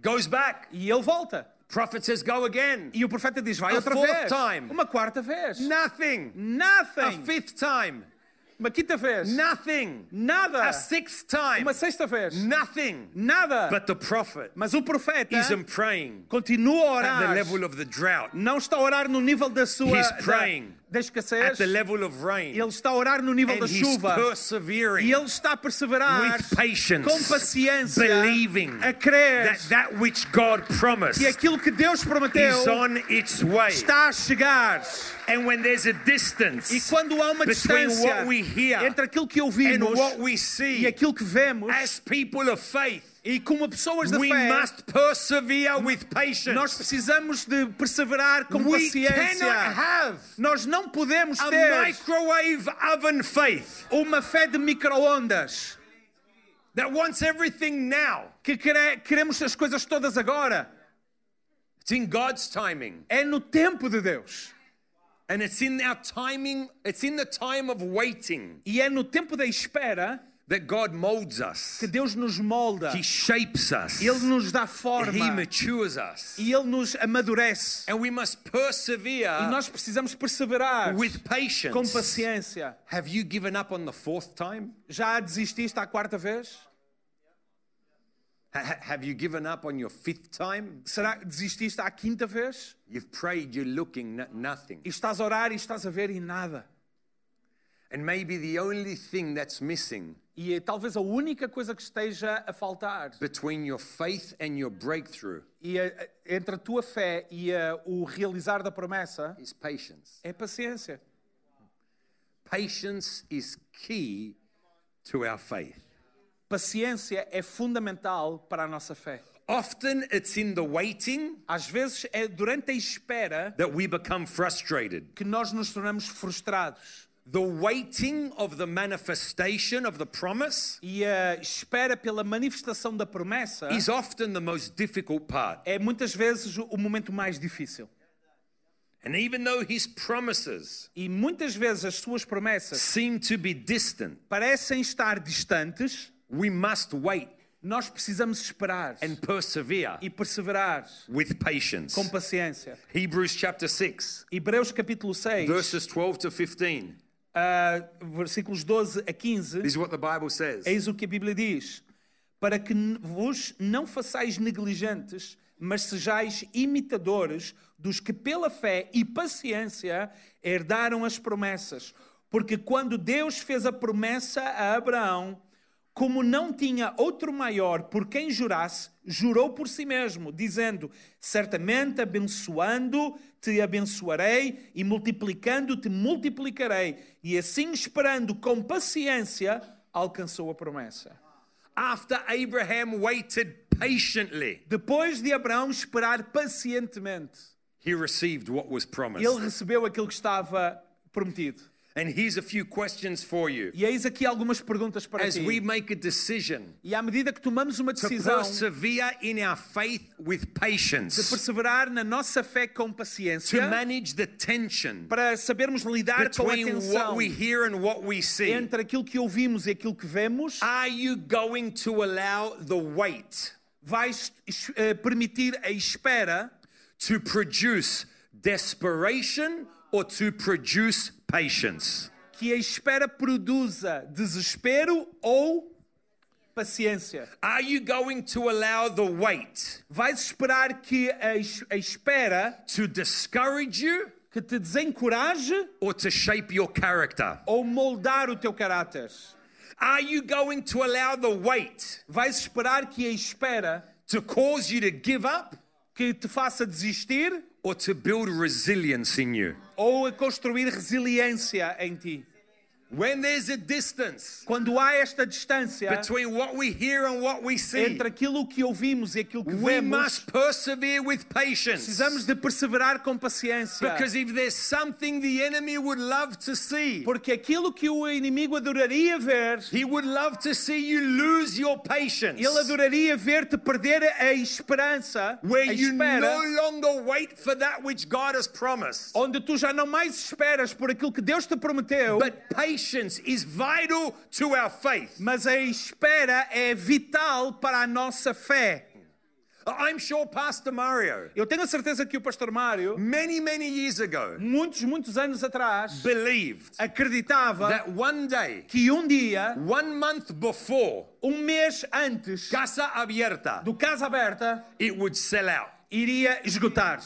S2: Goes back.
S3: E ele volta.
S2: Prophet says go again.
S3: E o profeta diz: vai
S2: A
S3: outra
S2: fourth
S3: vez.
S2: time.
S3: Uma quarta vez.
S2: Nothing. A
S3: Nothing.
S2: fifth time.
S3: Uma quinta vez.
S2: Nothing.
S3: Nada.
S2: A sixth time.
S3: Uma sexta vez.
S2: Nothing.
S3: Nada.
S2: But the prophet
S3: Mas o profeta
S2: isn't praying
S3: continua a
S2: at the
S3: orar.
S2: level of the drought,
S3: Não está a orar no nível da sua
S2: He's
S3: da-
S2: praying.
S3: da escassez.
S2: at the level of rain.
S3: Ele está a orar no nível da
S2: and he's
S3: chuva.
S2: persevering
S3: E ele está a perseverar
S2: with patience,
S3: com paciência,
S2: believing
S3: a crer
S2: that that which God promised
S3: que aquilo que Deus
S2: is
S3: prometeu
S2: on its way.
S3: está a chegar.
S2: And when there's a distance
S3: E quando há uma
S2: between
S3: distância
S2: what we hear
S3: entre aquilo que
S2: and
S3: ouvimos
S2: what we see,
S3: e aquilo que vemos,
S2: as people of faith,
S3: e como pessoas da
S2: we
S3: fé,
S2: must persevere with patience.
S3: nós precisamos de perseverar com
S2: we cannot
S3: paciência.
S2: have
S3: Nós não podemos
S2: a
S3: ter
S2: microwave oven faith
S3: uma fé de microondas
S2: that wants everything now.
S3: que quere- queremos as coisas todas agora.
S2: It's in God's timing.
S3: É no tempo de Deus.
S2: And it's in our timing, it's in the time of waiting
S3: E é no tempo da espera
S2: that God molds us.
S3: que Deus nos molda.
S2: He shapes us.
S3: Ele nos dá
S2: He
S3: forma.
S2: matures us.
S3: E Ele nos amadurece.
S2: And we must
S3: E
S2: persevere
S3: nós precisamos perseverar
S2: with
S3: com
S2: patience.
S3: paciência.
S2: Have you given up on the fourth time?
S3: Já desististe à quarta vez?
S2: Ha- ha- Have you given up on your fifth time?
S3: Será que desististe à quinta vez?
S2: You've prayed, you're looking, no- nothing.
S3: E estás a orar e estás a ver e nada.
S2: And maybe the only thing that's missing
S3: E é talvez a única coisa que esteja a faltar
S2: between your faith and your breakthrough
S3: e a- a- entre a tua fé e a- o realizar da promessa
S2: is patience.
S3: é paciência.
S2: Patience is key to our faith.
S3: Paciência é fundamental para a nossa fé.
S2: Often it's in the waiting
S3: Às vezes é durante a espera
S2: that we become frustrated.
S3: que nós nos tornamos frustrados.
S2: The waiting of the manifestation of the promise
S3: E a espera pela manifestação da promessa
S2: is often the most difficult part.
S3: é muitas vezes o momento mais difícil.
S2: And even though his promises
S3: E muitas vezes as suas promessas
S2: seem to be distant,
S3: parecem estar distantes,
S2: we must wait
S3: Nós precisamos esperar
S2: and persevere
S3: e perseverar
S2: with patience.
S3: com paciência.
S2: Hebrews chapter 6,
S3: Hebreus capítulo 6,
S2: verses 12 to 15.
S3: ah, versículos 12 a 15,
S2: This is what the Bible says.
S3: eis o que a Bíblia diz: Para que n- vos não façais negligentes, mas sejais imitadores dos que pela fé e paciência herdaram as promessas. Porque quando Deus fez a promessa a Abraão, como não tinha outro maior por quem jurasse, jurou por si mesmo, dizendo: Certamente abençoando te abençoarei e multiplicando te multiplicarei. E assim, esperando com paciência, alcançou a promessa.
S2: After Abraham waited patiently,
S3: Depois de Abraão esperar pacientemente,
S2: he received what was
S3: ele
S2: promised.
S3: recebeu aquilo que estava prometido.
S2: And here's a few questions for you.
S3: E eis aqui algumas perguntas para
S2: As we
S3: ti.
S2: make a decision
S3: E à medida que tomamos uma
S2: to
S3: decisão de
S2: persevere in our faith with patience,
S3: perseverar na nossa fé com
S2: to
S3: paciência,
S2: manage the tension
S3: para sabermos lidar com a
S2: between what
S3: tensão
S2: we hear and what we see.
S3: entre aquilo que ouvimos e aquilo que vemos,
S2: Are you going to allow the wait
S3: vais es- eh, permitir a espera
S2: to produce desperation or to produce patience?
S3: que a espera produza desespero ou paciência.
S2: Are you going to allow the wait
S3: Vais esperar que a, es- a espera
S2: to discourage you
S3: que te desencoraje
S2: or to shape your character?
S3: ou moldar o teu caráter.
S2: Are you going to allow the wait
S3: Vais esperar que a espera
S2: to cause you to give up
S3: que te faça desistir
S2: or to build resilience in you?
S3: ou a construir resiliência em ti.
S2: When there's a distance
S3: Quando há esta distância
S2: between what we hear and what we see,
S3: entre aquilo que ouvimos e aquilo que
S2: we
S3: vemos,
S2: must persevere with patience.
S3: Precisamos de perseverar com paciência.
S2: Because if there's something the enemy would love to see,
S3: Porque aquilo que o inimigo adoraria ver,
S2: he would love to see you lose your patience.
S3: ele adoraria ver-te perder a esperança,
S2: Where
S3: a
S2: you no
S3: espera,
S2: longer wait for that which God has promised.
S3: onde tu já não mais esperas por aquilo que Deus te prometeu,
S2: But patience is vital to our faith.
S3: mas a espera é vital para a nossa fé.
S2: I'm sure Pastor Mario,
S3: Eu tenho a certeza que o pastor Mário,
S2: many, many years ago,
S3: muitos, muitos anos atrás,
S2: believed
S3: acreditava
S2: that one day,
S3: que um dia,
S2: one month before
S3: um mês antes
S2: Casa Abierta,
S3: do Casa Aberta,
S2: it would sell out.
S3: iria esgotar.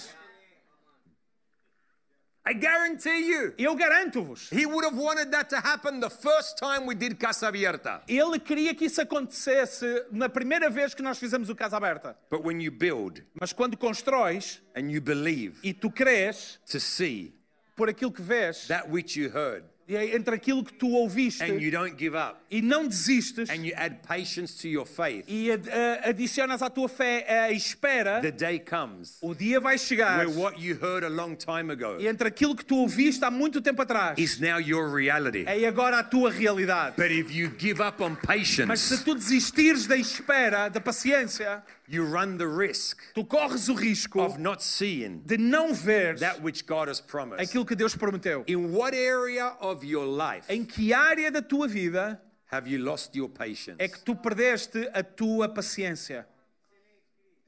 S2: I guarantee you,
S3: Eu garanto-vos.
S2: he would have wanted that to happen the first time we did Casa Abierta.
S3: Ele queria que isso acontecesse na primeira vez que nós fizemos o Casa Aberta.
S2: But when you build
S3: Mas quando constróis
S2: and you believe
S3: e tu crês
S2: to see
S3: por aquilo que vês,
S2: that which you heard
S3: e é entre aquilo que tu ouviste
S2: and you don't give up
S3: e não desistes
S2: and you add patience to your faith,
S3: e ad- a- adicionas à tua fé a espera,
S2: the day comes
S3: o dia vai chegar
S2: where what you heard a long time
S3: e
S2: ago
S3: entre aquilo que tu ouviste há muito tempo atrás
S2: is now your reality.
S3: é agora a tua realidade.
S2: But if you give up on
S3: Mas se
S2: patience,
S3: tu desistires da espera, da paciência,
S2: you run the risk
S3: tu corres o risco
S2: of not seeing
S3: de não ver
S2: that which God has promised.
S3: aquilo que Deus prometeu.
S2: In what area of your life
S3: Em que área da tua vida
S2: have you lost your
S3: é que
S2: patience?
S3: tu perdeste a tua paciência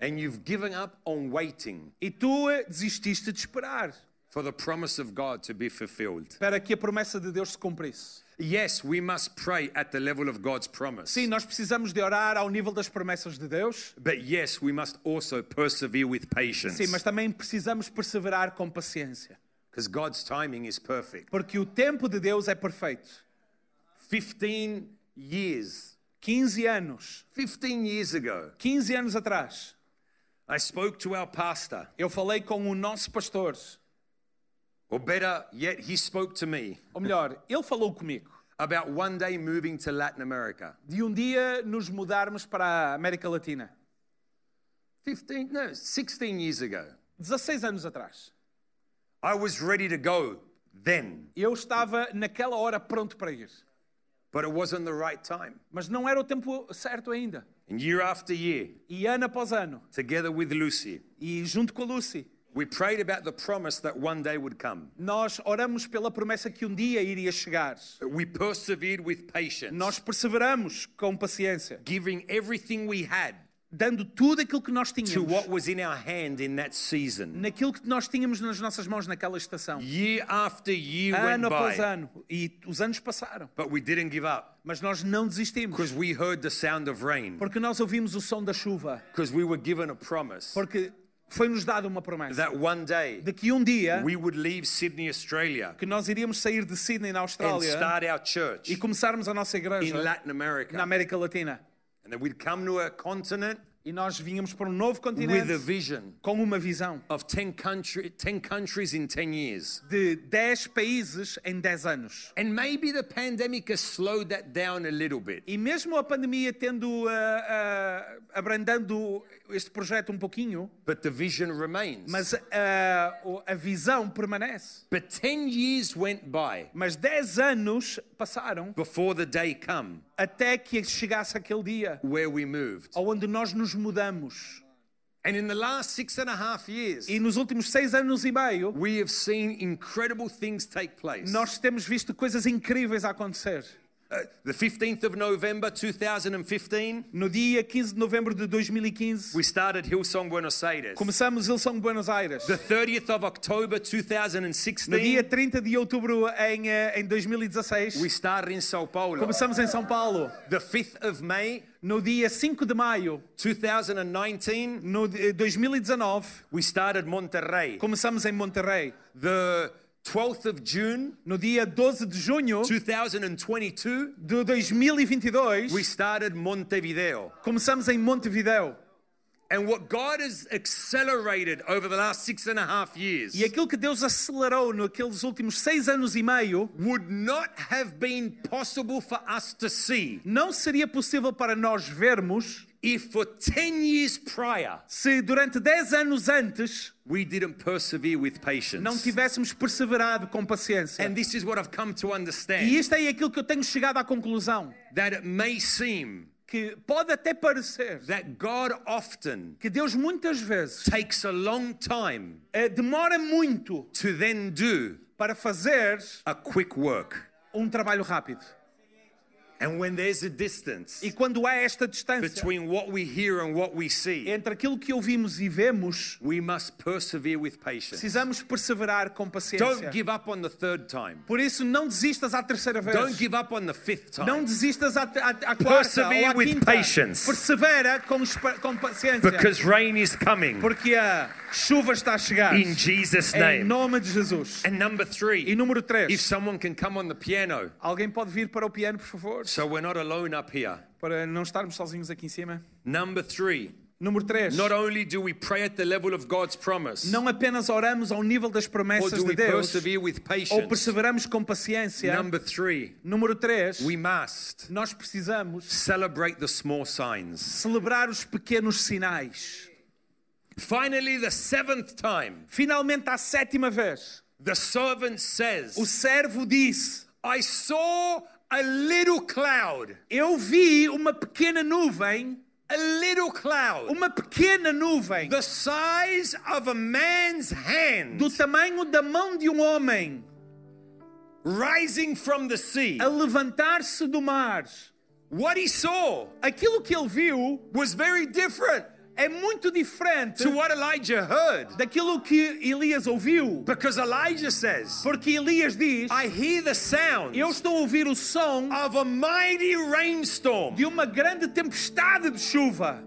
S2: And you've given up on waiting
S3: e tu eh, desististe de esperar
S2: for the promise of God to be fulfilled.
S3: para que a promessa de Deus se cumprisse.
S2: Yes, we must pray at the level of God's promise.
S3: Sim, nós precisamos de orar ao nível das promessas de Deus.
S2: But yes, we must also persevere with
S3: Sim, mas
S2: patience.
S3: também precisamos perseverar com paciência,
S2: Because God's timing is perfect.
S3: porque o tempo de Deus é perfeito.
S2: 15 years,
S3: 15 anos,
S2: 15 years ago,
S3: 15 anos atrás,
S2: I spoke to our pastor,
S3: eu falei com o nosso pastor,
S2: or better yet, he spoke to me
S3: ou melhor, ele falou comigo,
S2: about one day moving to Latin America.
S3: de um dia nos mudarmos para a América Latina.
S2: 15, no, 16 years ago.
S3: 16 anos atrás.
S2: I was ready to go then,
S3: Eu estava naquela hora pronto para ir.
S2: but it wasn't the right time.
S3: Mas não era o tempo certo ainda.
S2: And year after year,
S3: E ano após ano,
S2: together with Lucy,
S3: e junto com a Lucy,
S2: We prayed about the promise that one day would come.
S3: Nós oramos pela promessa que um dia iria chegar.
S2: We persevered with patience,
S3: Nós perseveramos com paciência,
S2: giving everything we had
S3: dando tudo aquilo que nós
S2: to
S3: tínhamos,
S2: what was in our hand in that season.
S3: naquilo que nós tínhamos nas nossas mãos naquela estação.
S2: Year after year went
S3: Ano após
S2: by,
S3: ano. E os anos passaram.
S2: but we didn't give up
S3: Mas nós não desistimos.
S2: because we heard the sound of rain,
S3: Porque nós ouvimos o som da chuva.
S2: because we were given a promise
S3: Porque foi-nos dada uma promessa.
S2: that one day
S3: De que um dia
S2: we would leave Sydney, Australia,
S3: que nós iríamos sair de Sydney, na
S2: and
S3: Austrália,
S2: start our church
S3: e começarmos a nossa
S2: in
S3: igreja
S2: Latin
S3: na
S2: America.
S3: América Latina.
S2: And then we'd come to a continent
S3: E nós vínhamos para um novo
S2: with a
S3: continente
S2: vision
S3: com uma visão
S2: of 10, country, 10 countries in 10 years.
S3: de 10 países em 10 anos.
S2: And maybe the pandemic has slowed that down a little bit.
S3: E mesmo a pandemia tendo ah, ah, abrandando este projeto um pouquinho,
S2: But the vision remains.
S3: mas ah, o- a visão permanece.
S2: But 10 years went by
S3: Mas 10 anos passaram
S2: before the day come
S3: até que chegasse aquele dia
S2: where we moved.
S3: onde nós nos mudamos.
S2: And in the last six and a half years,
S3: E nos últimos seis anos e meio,
S2: we have seen incredible things take place.
S3: nós temos visto coisas incríveis a acontecer.
S2: Uh, the 15th of November 2015,
S3: No dia 15 de novembro de 2015,
S2: we started Hillsong Buenos Aires.
S3: começamos Ilson de Buenos Aires.
S2: The 30th of October
S3: No dia
S2: 2016,
S3: 30 de outubro em, eh, em 2016,
S2: we started in Sao Paulo.
S3: começamos em São Paulo.
S2: The 5th of May
S3: No dia 5 de maio
S2: 2019,
S3: no eh, de 2019,
S2: we started Monterrey.
S3: começamos em Monterrey.
S2: The 12th of June
S3: No dia 12 de junho
S2: 2022,
S3: de 2022,
S2: we started Montevideo.
S3: começamos em Montevideo.
S2: And what God has accelerated over the last six and a half years
S3: E aquilo que Deus acelerou naqueles últimos seis anos e meio
S2: would not have been possible for us to see
S3: não seria possível para nós vermos
S2: if for 10 years prior
S3: se durante 10 anos antes
S2: we didn't persevere with
S3: não
S2: patience.
S3: tivéssemos perseverado com paciência.
S2: And this is what I've come to
S3: E
S2: understand
S3: isto é aquilo que eu tenho chegado à conclusão,
S2: that it may seem
S3: que pode até parecer
S2: that God often
S3: que Deus muitas vezes
S2: takes a long time
S3: eh, demora muito
S2: to then do
S3: para fazer
S2: a quick work.
S3: um trabalho rápido.
S2: And when there's a distance
S3: E quando há esta distância
S2: between what we hear and what we see,
S3: entre aquilo que ouvimos e vemos,
S2: we must persevere with patience.
S3: precisamos perseverar com
S2: Don't
S3: paciência.
S2: give up on the third time.
S3: Por isso, não desistas à terceira vez.
S2: Don't give up on the fifth
S3: Não
S2: time.
S3: desistas à, à, à quarta ou à
S2: Persevere with
S3: quinta.
S2: patience.
S3: Persevera com, espa- com paciência.
S2: Because rain is coming
S3: Porque a chuva está a chegar.
S2: in Jesus'
S3: Em
S2: name.
S3: nome de Jesus.
S2: And number
S3: E
S2: three,
S3: número
S2: if
S3: 3.
S2: someone can come on the piano,
S3: Alguém pode vir para o piano, por favor?
S2: so we're not alone up here.
S3: Para não estarmos sozinhos aqui em cima.
S2: Number three,
S3: Número 3.
S2: not only do we pray at the level of God's promise,
S3: Não apenas oramos ao nível das
S2: or
S3: promessas
S2: do
S3: de
S2: we
S3: Deus,
S2: persevere with
S3: ou
S2: patience?
S3: perseveramos com paciência.
S2: Number three,
S3: Número 3.
S2: we must
S3: Nós precisamos
S2: celebrate the small signs.
S3: celebrar os pequenos sinais.
S2: Finally, the seventh time,
S3: Finalmente, à sétima vez,
S2: the servant
S3: o
S2: says,
S3: servo disse:
S2: I saw a little cloud,
S3: Eu vi uma pequena nuvem,
S2: a little cloud,
S3: uma pequena nuvem,
S2: the size of a man's hand,
S3: do tamanho da mão de um homem,
S2: rising from the sea.
S3: a levantar-se do mar.
S2: What he saw
S3: Aquilo que ele viu
S2: was very different
S3: é muito diferente
S2: to what Elijah heard.
S3: daquilo que Elias ouviu,
S2: Because Elijah says,
S3: porque Elias diz:
S2: I hear the sound
S3: Eu estou a ouvir o som
S2: of a mighty rainstorm.
S3: de uma grande tempestade de chuva.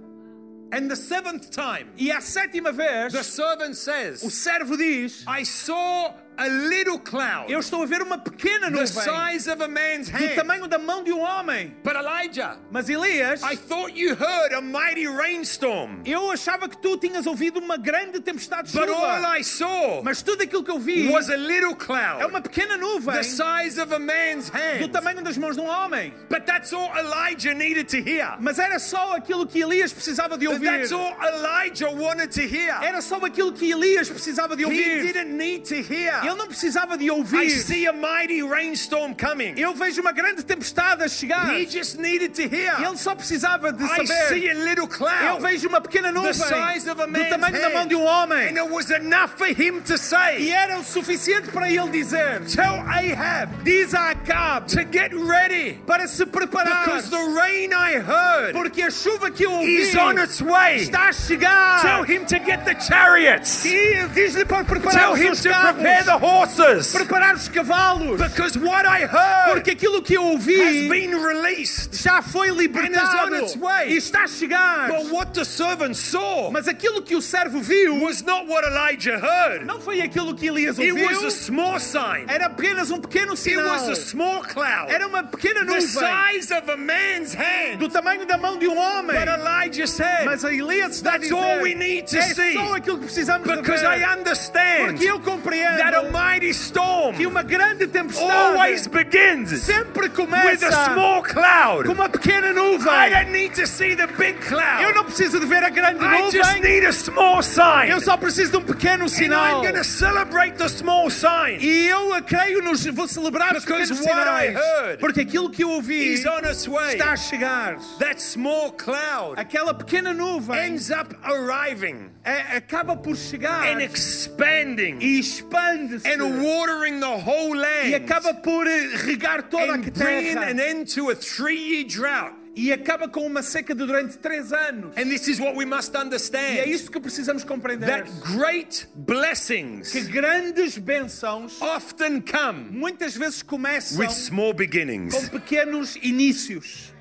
S2: And the seventh time,
S3: E à sétima
S2: the
S3: vez,
S2: servant
S3: o
S2: says,
S3: servo diz:
S2: I saw a little cloud,
S3: Eu estou a ver uma pequena
S2: the
S3: nuvem
S2: size of a man's
S3: do
S2: hand.
S3: tamanho da mão de um homem.
S2: But Elijah,
S3: Mas Elias,
S2: I thought you heard a mighty rainstorm.
S3: eu achava que tu tinhas ouvido uma grande tempestade de
S2: But all
S3: chuva.
S2: I saw
S3: Mas tudo aquilo que eu vi
S2: was a little
S3: é uma
S2: cloud,
S3: pequena nuvem
S2: the size of a man's
S3: do
S2: hand.
S3: tamanho das mãos de um homem.
S2: But that's all Elijah needed to hear.
S3: Mas era só aquilo que Elias precisava de ouvir.
S2: That's all Elijah wanted to hear.
S3: Era só aquilo que Elias precisava de
S2: He
S3: ouvir.
S2: didn't need to hear
S3: Ele
S2: now.
S3: não precisava de
S2: I
S3: ouvir.
S2: see a mighty rainstorm coming.
S3: Eu vejo uma grande tempestade a chegar.
S2: He just needed to hear.
S3: Ele só precisava de
S2: I see
S3: saber.
S2: a little
S3: Eu
S2: cloud
S3: vejo uma pequena nuvem
S2: the size of a
S3: do
S2: man's
S3: tamanho da mão
S2: hand.
S3: de um homem.
S2: And it was enough for him to
S3: E
S2: say,
S3: era o suficiente para ele dizer:
S2: Tell Ahab
S3: Diz a Acabe
S2: to get ready
S3: para se preparar.
S2: because the rain I heard
S3: Porque a chuva que eu ouvi
S2: is on its way.
S3: está a
S2: Tell
S3: chegar.
S2: him to get the chariots.
S3: E diz-lhe para preparar
S2: Tell
S3: os
S2: him
S3: seus
S2: to
S3: carros,
S2: prepare the horses.
S3: preparar os cavalos.
S2: Because what I heard
S3: Porque aquilo que eu
S2: has
S3: ouvi
S2: been released.
S3: já foi libertado
S2: And is on its way.
S3: e está a chegar.
S2: But what the servant saw
S3: Mas aquilo que o servo viu
S2: was not what Elijah heard.
S3: não foi aquilo que Elias
S2: It
S3: ouviu.
S2: was a small sign.
S3: Era apenas um pequeno
S2: It
S3: sinal.
S2: was a small cloud.
S3: Era uma pequena
S2: The
S3: nuvem
S2: size of a man's hand.
S3: do tamanho da mão de um homem.
S2: But Elijah said,
S3: Mas a Elias está a
S2: That's
S3: dizer,
S2: all we need to
S3: é
S2: see.
S3: só aquilo que precisamos de
S2: Because
S3: ver.
S2: I understand
S3: Porque eu compreendo
S2: that a mighty storm
S3: que uma grande tempestade
S2: always begins
S3: sempre
S2: with
S3: começa
S2: a small
S3: com
S2: cloud.
S3: uma pequena
S2: I
S3: nuvem.
S2: don't need to see the big
S3: Eu
S2: cloud.
S3: não preciso de ver a grande
S2: I just
S3: nuvem.
S2: need a small sign.
S3: Eu só preciso de um pequeno
S2: And I'm
S3: sinal.
S2: going to celebrate the small sign.
S3: E eu a creio nos vou celebrar os
S2: Because
S3: pequenos
S2: what I
S3: sinais.
S2: heard
S3: Porque aquilo que eu ouvi
S2: He's on its way.
S3: está a chegar.
S2: That small cloud
S3: Aquela pequena nuvem
S2: ends up arriving
S3: a- acaba por chegar
S2: and expanding
S3: e expande-se
S2: and watering the whole
S3: e
S2: land
S3: acaba por eh, regar toda a
S2: and bringing
S3: terra
S2: an end to a three-year drought.
S3: e acaba com uma seca de durante três anos.
S2: And this is what we must
S3: E é
S2: understand.
S3: isso que precisamos compreender.
S2: That great
S3: Que
S2: blessings
S3: grandes bênçãos
S2: often come
S3: muitas vezes começam
S2: with small
S3: com
S2: beginnings.
S3: pequenos inícios.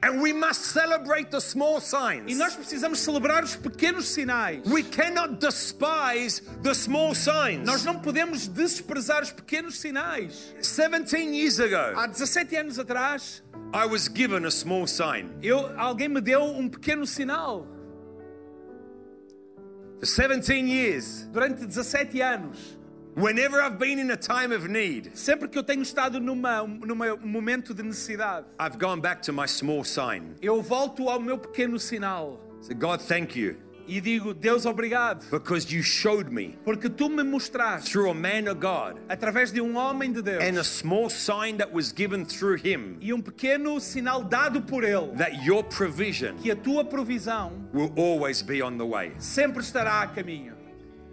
S2: And we must celebrate the small
S3: E
S2: signs.
S3: nós precisamos celebrar os pequenos sinais.
S2: We cannot despise the small
S3: Nós
S2: signs.
S3: não podemos desprezar os pequenos sinais.
S2: 17 years ago,
S3: Há 17 anos atrás,
S2: I was given a small sign.
S3: eu, alguém me deu um pequeno sinal.
S2: For 17 years,
S3: Durante 17 anos,
S2: whenever I've been in a time of need,
S3: sempre que eu tenho estado numa, numa um momento de necessidade,
S2: I've gone back to my small sign.
S3: eu volto ao meu pequeno sinal
S2: So, God, thank you
S3: e digo: Deus, obrigado,
S2: because you showed me
S3: porque tu me mostraste
S2: through a man of God
S3: através de um homem de Deus
S2: and a small sign that was given through him
S3: e um pequeno sinal dado por ele
S2: that your provision
S3: que a tua provisão
S2: will always be on the way.
S3: sempre estará a caminho.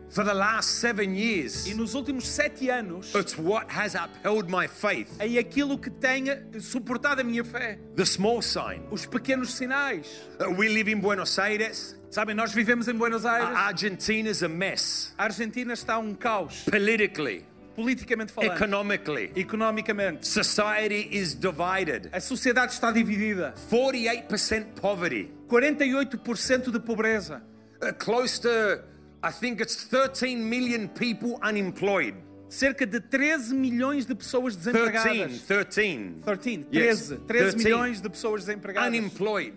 S2: For the last seven
S3: E
S2: years,
S3: nos últimos sete anos,
S2: it's what has upheld my faith
S3: em aquilo que tenha suportado a minha fé.
S2: the small sign.
S3: Os pequenos sinais.
S2: Uh, We live in Buenos Aires.
S3: Sabem, nós vivemos em Buenos Aires.
S2: Ar- Argentina's a mess
S3: A Argentina está um caos,
S2: politically,
S3: Oh, politicamente falando,
S2: economically.
S3: economicamente.
S2: Society is divided.
S3: A sociedade está dividida.
S2: 48% poverty,
S3: 48% de pobreza.
S2: Uh, close to, I think it's 13 million people unemployed.
S3: Cerca de 13 milhões de
S2: 13,
S3: pessoas desempregadas.
S2: 13.
S3: 13,
S2: Yes,
S3: 13, 13
S2: 13.
S3: milhões de pessoas desempregadas.
S2: Unemployed.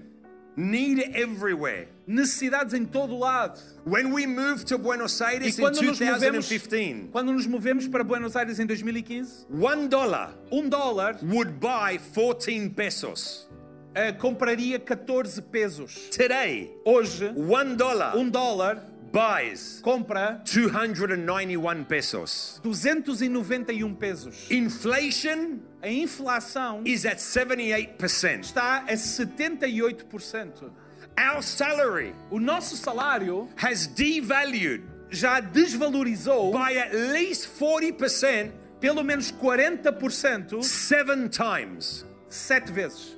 S2: Need everywhere.
S3: Necessidades em todo o lado.
S2: When we moved to Buenos
S3: E
S2: Aires in
S3: quando nos, movemos,
S2: 2015,
S3: quando nos movemos para Buenos Aires em 2015,
S2: one dollar
S3: um dólar
S2: would buy 14 pesos.
S3: eh, compraria 14 pesos.
S2: Today,
S3: Hoje,
S2: one dollar
S3: um dólar
S2: buys
S3: compra
S2: 291 pesos.
S3: 291 pesos.
S2: Inflation
S3: A inflação
S2: is at 78%.
S3: está a 78%.
S2: Our salary
S3: O nosso salário
S2: has devalued
S3: já desvalorizou
S2: by at least 40%
S3: pelo menos 40%
S2: seven times.
S3: sete vezes.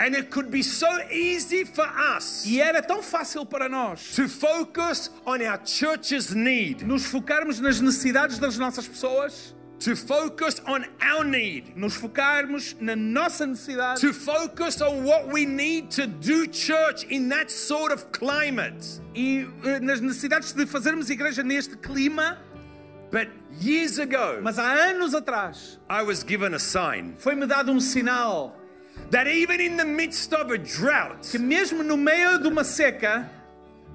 S2: And it could be so easy for us
S3: E era tão fácil para nós
S2: to focus on our church's need,
S3: nos focarmos nas necessidades das nossas pessoas,
S2: to focus on our need,
S3: nos focarmos na nossa necessidade,
S2: to focus on what we need to do church in that sort of climate.
S3: e eh, nas necessidades de fazermos igreja neste clima.
S2: But years ago,
S3: Mas há anos atrás
S2: I was given a sign
S3: foi-me dado um sinal
S2: that even in the midst of a drought,
S3: que mesmo no meio de uma seca,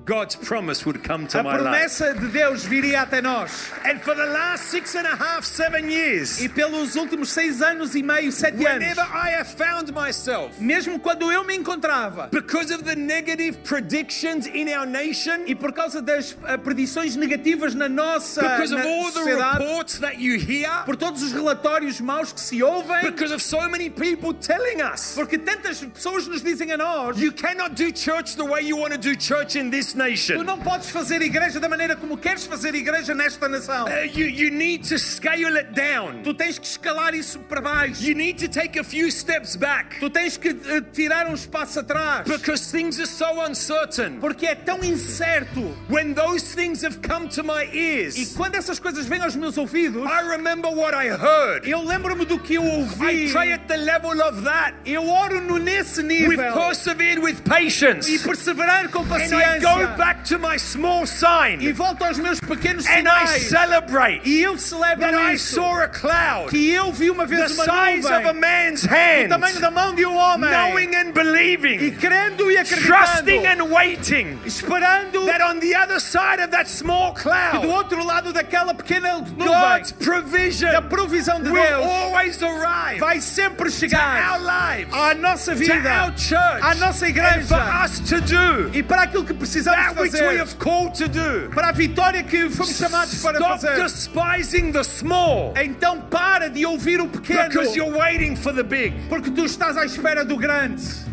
S2: God's promise would come to
S3: A
S2: my life.
S3: promessa de Deus viria até nós.
S2: And for the last six and a half, seven years,
S3: E pelos últimos seis anos e meio, sete anos,
S2: whenever I have found myself,
S3: mesmo quando eu me encontrava,
S2: because of the negative predictions in our nation,
S3: e por causa das ah, predições negativas na nossa
S2: because of
S3: na
S2: all the
S3: sociedade,
S2: reports that you hear,
S3: por todos os relatórios maus que se ouvem,
S2: because of so many people telling us
S3: porque tantas pessoas nos dizem a nós:
S2: you cannot do church the way you want to do church in this
S3: tu
S2: nation.
S3: não podes fazer igreja da maneira como queres fazer igreja nesta nação.
S2: Uh, you, you need to scale it down.
S3: Tu tens que escalar isso para baixo.
S2: You need to take a few steps back
S3: Tu tens que eh, tirar um espaço atrás.
S2: because things are so uncertain.
S3: Porque é tão incerto.
S2: When those things have come to my
S3: E
S2: ears,
S3: quando essas coisas vêm aos meus ouvidos,
S2: I remember what I heard.
S3: eu lembro-me do que eu
S2: I
S3: ouvi.
S2: pray at the level of that.
S3: Eu oro no, nesse
S2: We've
S3: nível.
S2: persevered with patience.
S3: E perseverar com
S2: And I go
S3: paciência.
S2: back to my small
S3: E
S2: sign
S3: volto aos meus pequenos
S2: and I
S3: sinais.
S2: celebrate
S3: E eu celebro
S2: that I
S3: isso.
S2: saw a cloud
S3: Que eu vi uma
S2: é the
S3: vez uma
S2: size of a
S3: nuvem.
S2: man's
S3: O
S2: hand,
S3: tamanho da mão de um homem.
S2: knowing and
S3: E
S2: believing,
S3: crendo e acreditando.
S2: trusting and waiting
S3: Esperando
S2: that on the other side of that small
S3: que do
S2: cloud,
S3: outro lado daquela pequena nuvem.
S2: God's provision
S3: A provisão de
S2: will
S3: Deus
S2: always arrive
S3: vai sempre
S2: to our
S3: chegar
S2: lives,
S3: à nossa
S2: to our
S3: vida, à
S2: church,
S3: nossa
S2: and for
S3: igreja
S2: us to do
S3: e para aquilo que precisamos
S2: that which we
S3: fazer,
S2: have called to do.
S3: para a vitória que fomos chamados para
S2: Stop
S3: fazer.
S2: despising the small
S3: Então para de ouvir o pequeno,
S2: because you're waiting for the big.
S3: porque tu estás à espera do grande.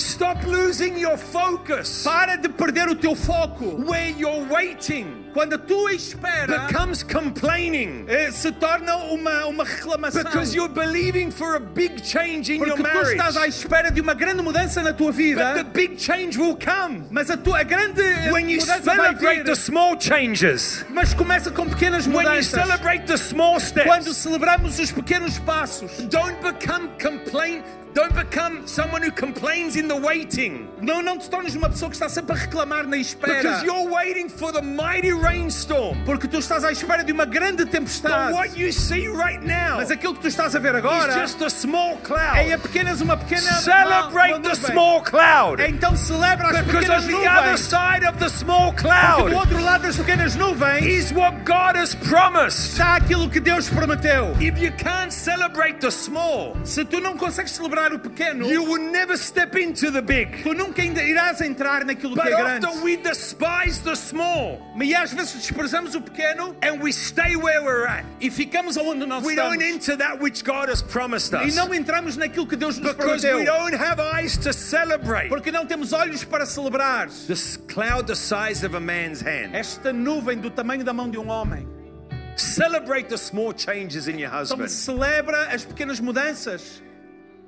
S2: Stop losing your focus
S3: Para de perder o teu foco.
S2: where your waiting
S3: Quando a tua espera
S2: becomes complaining
S3: eh, se torna uma, uma reclamação,
S2: because you're believing for a big change in your
S3: porque tu
S2: marriage.
S3: estás à espera de uma grande mudança na tua vida,
S2: But the big change will come
S3: mas a tua a grande eh,
S2: when you
S3: mudança vai
S2: celebrate
S3: vir,
S2: the small changes,
S3: mas começa com pequenas
S2: when you
S3: mudanças.
S2: celebrate the small
S3: Quando
S2: steps.
S3: celebramos os pequenos passos,
S2: Don't become complain. Don't become someone who complains in the waiting.
S3: não, não te tornes uma pessoa que está sempre a reclamar na espera.
S2: Because you're waiting for the mighty rainstorm.
S3: Porque tu estás à espera de uma grande
S2: But
S3: tempestade.
S2: what you see right now
S3: Mas
S2: is
S3: aquilo que tu estás a ver agora
S2: just a small
S3: é
S2: cloud.
S3: apenas uma pequena. Ah, uma-
S2: Celebrate
S3: uma
S2: the
S3: nuvem.
S2: small cloud.
S3: Então celebra as
S2: Because
S3: pequenas
S2: on the other
S3: nuvens.
S2: side of the small
S3: Porque do
S2: cloud
S3: outro lado das pequenas nuvens
S2: is what God has promised.
S3: está aquilo que Deus prometeu.
S2: If you can't celebrate the small,
S3: Se tu não consegues celebrar o pequeno,
S2: you will never step into the big.
S3: tu nunca ainda irás entrar naquilo que
S2: But
S3: é grande.
S2: often we despise the small
S3: E às vezes desprezamos o pequeno
S2: and we stay where we're at.
S3: e ficamos aonde nós
S2: We
S3: estamos.
S2: don't enter that which God has promised
S3: E
S2: us.
S3: não entramos naquilo que Deus nos
S2: Because we
S3: prometeu.
S2: don't have eyes to celebrate.
S3: Porque não temos olhos para celebrar
S2: This cloud the size of a man's hand.
S3: esta nuvem do tamanho da mão de um homem.
S2: Celebrate the small changes in your
S3: Então
S2: husband.
S3: celebra as pequenas mudanças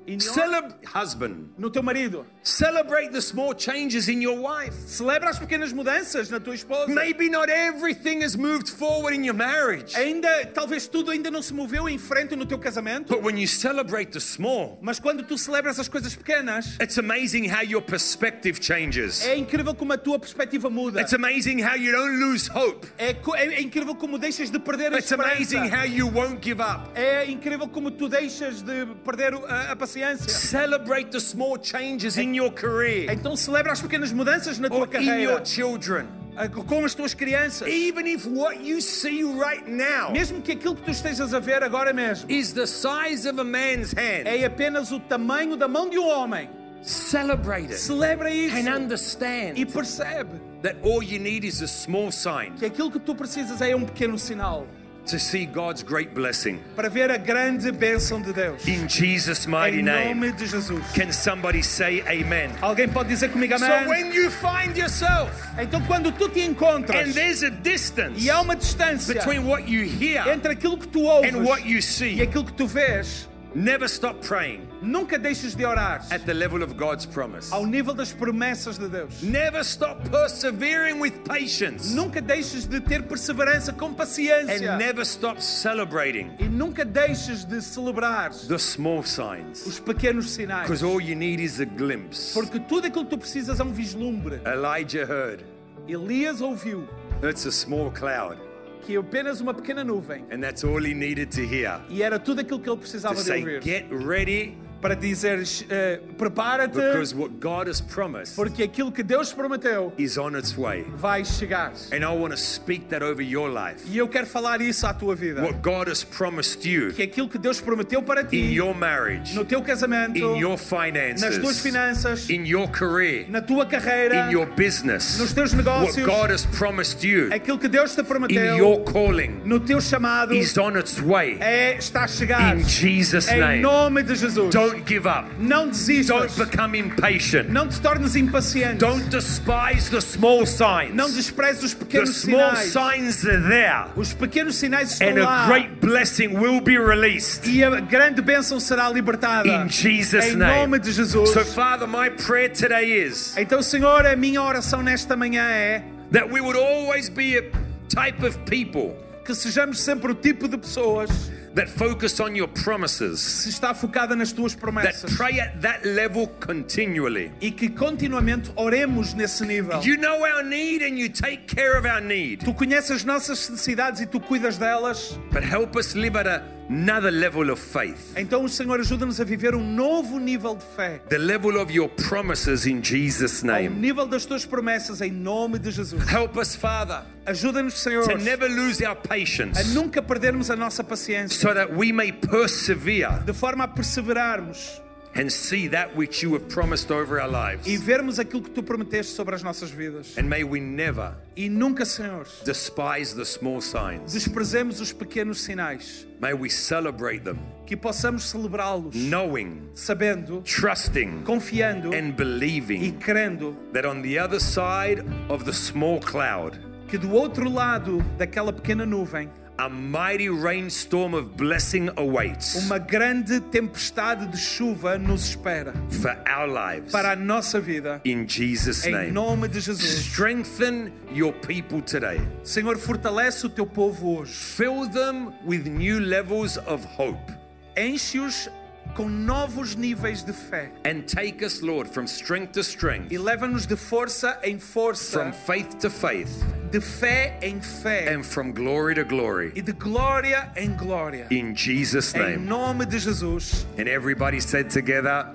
S3: em nós-
S2: Celeb- husband.
S3: no teu marido.
S2: Celebrate the small changes in your wife.
S3: Celebra as pequenas mudanças na tua esposa.
S2: Maybe not everything has moved forward in your marriage.
S3: Ainda, talvez tudo ainda não se moveu em frente no teu casamento,
S2: But when you celebrate the small,
S3: mas quando tu celebras as coisas pequenas,
S2: it's amazing how your perspective changes.
S3: é incrível como a tua perspectiva muda.
S2: It's amazing how you don't lose hope.
S3: É, co- é incrível como deixas de perder a
S2: It's amazing
S3: esperança.
S2: how you won't give up.
S3: É incrível como tu deixas de perder o- a, a paciência.
S2: Celebrate the small changes in your career
S3: Então celebra as pequenas mudanças na tua
S2: or Oh, in your
S3: carreira,
S2: children.
S3: a- com as tuas crianças.
S2: Even if what you see right now
S3: Mesmo que aquilo que tu estejas a ver agora mesmo
S2: is the size of a man's hand,
S3: é apenas o tamanho da mão de um homem,
S2: celebrate it
S3: celebra isso
S2: and
S3: e
S2: understand
S3: percebe
S2: that all you need is a small sign
S3: que aquilo que tu precisas é um pequeno sinal
S2: to see God's great blessing.
S3: para ver a grande bênção de Deus.
S2: In Jesus'
S3: Em
S2: mighty name,
S3: nome de Jesus.
S2: can somebody say amen?
S3: Alguém pode dizer comigo
S2: So
S3: amém?
S2: when you find yourself
S3: Então quando tu te
S2: and
S3: encontras
S2: there's a distance
S3: e há uma distância
S2: between what you hear
S3: entre aquilo que tu
S2: and what
S3: ouves
S2: you
S3: e
S2: see,
S3: aquilo que tu vês,
S2: never stop praying
S3: nunca deixes de orar
S2: at the level of God's promise.
S3: ao nível das promessas de Deus.
S2: Never stop persevering with patience
S3: Nunca deixes de ter perseverança com
S2: and
S3: paciência.
S2: never stop celebrating
S3: E nunca deixes de celebrar
S2: the small signs.
S3: os pequenos sinais.
S2: Because all you need is a glimpse.
S3: Porque tudo aquilo que tu precisas é um vislumbre.
S2: Elijah heard,
S3: Elias ouviu
S2: it's a small cloud.
S3: que apenas uma pequena nuvem
S2: And that's all he needed to hear.
S3: e era tudo aquilo que ele precisava
S2: To
S3: de
S2: say,
S3: ouvir.
S2: get ready
S3: para dizeres: eh,
S2: because
S3: prepara-te,
S2: what God has promised
S3: porque aquilo que Deus prometeu
S2: is on its way.
S3: vai chegar.
S2: And I want to speak that over your life.
S3: E eu quero falar isso à tua vida:
S2: What God has promised you
S3: que aquilo que Deus prometeu para
S2: in
S3: ti,
S2: your marriage,
S3: no teu casamento,
S2: in your
S3: nas
S2: finances,
S3: tuas finanças,
S2: in your career,
S3: na tua
S2: in
S3: carreira,
S2: your business,
S3: nos teus
S2: what
S3: negócios,
S2: God has promised you
S3: aquilo que Deus te
S2: in
S3: prometeu,
S2: your calling
S3: no teu chamado,
S2: is on its way.
S3: é, está a chegar.
S2: In Jesus'
S3: Em
S2: name.
S3: nome de Jesus.
S2: Don't give up.
S3: Não desistas.
S2: Don't become impatient.
S3: Não te tornes impaciente.
S2: Don't despise the small signs.
S3: Não desprezes os
S2: The
S3: pequenos
S2: small
S3: sinais.
S2: signs are there,
S3: Os pequenos sinais estão
S2: and a
S3: lá.
S2: great blessing will be released.
S3: E a grande bênção será libertada.
S2: In Jesus'
S3: em nome
S2: name.
S3: de Jesus.
S2: So, Father, my prayer today is
S3: Então, Senhor, a minha oração nesta manhã é
S2: that we would always be a type of people
S3: que sejamos sempre o tipo de pessoas
S2: that focus on your promises,
S3: que se está focada nas tuas
S2: that
S3: promessas
S2: pray at that level continually.
S3: e que continuamente oremos nesse nível.
S2: You know our need and you take care of our need,
S3: Tu conheces as nossas necessidades e tu cuidas delas.
S2: but help us live at another level of faith,
S3: Então, Senhor, ajuda-nos a viver um novo nível de fé.
S2: the level of your promises in Jesus'
S3: Ao
S2: name.
S3: nível das tuas promessas, em nome de Jesus.
S2: Help us, Father,
S3: Ajuda-nos, Senhor,
S2: to never lose our
S3: a
S2: patience
S3: nunca perdermos a nossa paciência,
S2: so that we may persevere
S3: de forma a perseverarmos
S2: and see that which you have promised over our
S3: e
S2: lives.
S3: vermos aquilo que tu prometeste sobre as nossas vidas.
S2: And may we never
S3: E nunca, Senhor,
S2: despise the small signs.
S3: desprezemos os pequenos sinais,
S2: May we celebrate them,
S3: que possamos celebrá-los,
S2: knowing,
S3: sabendo,
S2: trusting,
S3: confiando
S2: and
S3: e
S2: believing
S3: crendo
S2: that on the other side of the small cloud,
S3: que do outro lado daquela pequena nuvem,
S2: a mighty rainstorm of blessing awaits
S3: uma grande tempestade de chuva nos espera
S2: for our lives.
S3: para a nossa vida.
S2: In Jesus'
S3: Em
S2: name.
S3: nome de Jesus.
S2: Strengthen your people today.
S3: Senhor, fortalece o teu povo hoje.
S2: Fill them with new levels of hope.
S3: Enche-os com novos níveis de fé.
S2: And take us, Lord, from strength to
S3: E
S2: strength,
S3: leva-nos de força em força,
S2: from faith to faith,
S3: de fé em fé
S2: and from glory to
S3: e
S2: glory.
S3: de glória em glória.
S2: In Jesus'
S3: Em
S2: name.
S3: nome de Jesus.
S2: And everybody said together,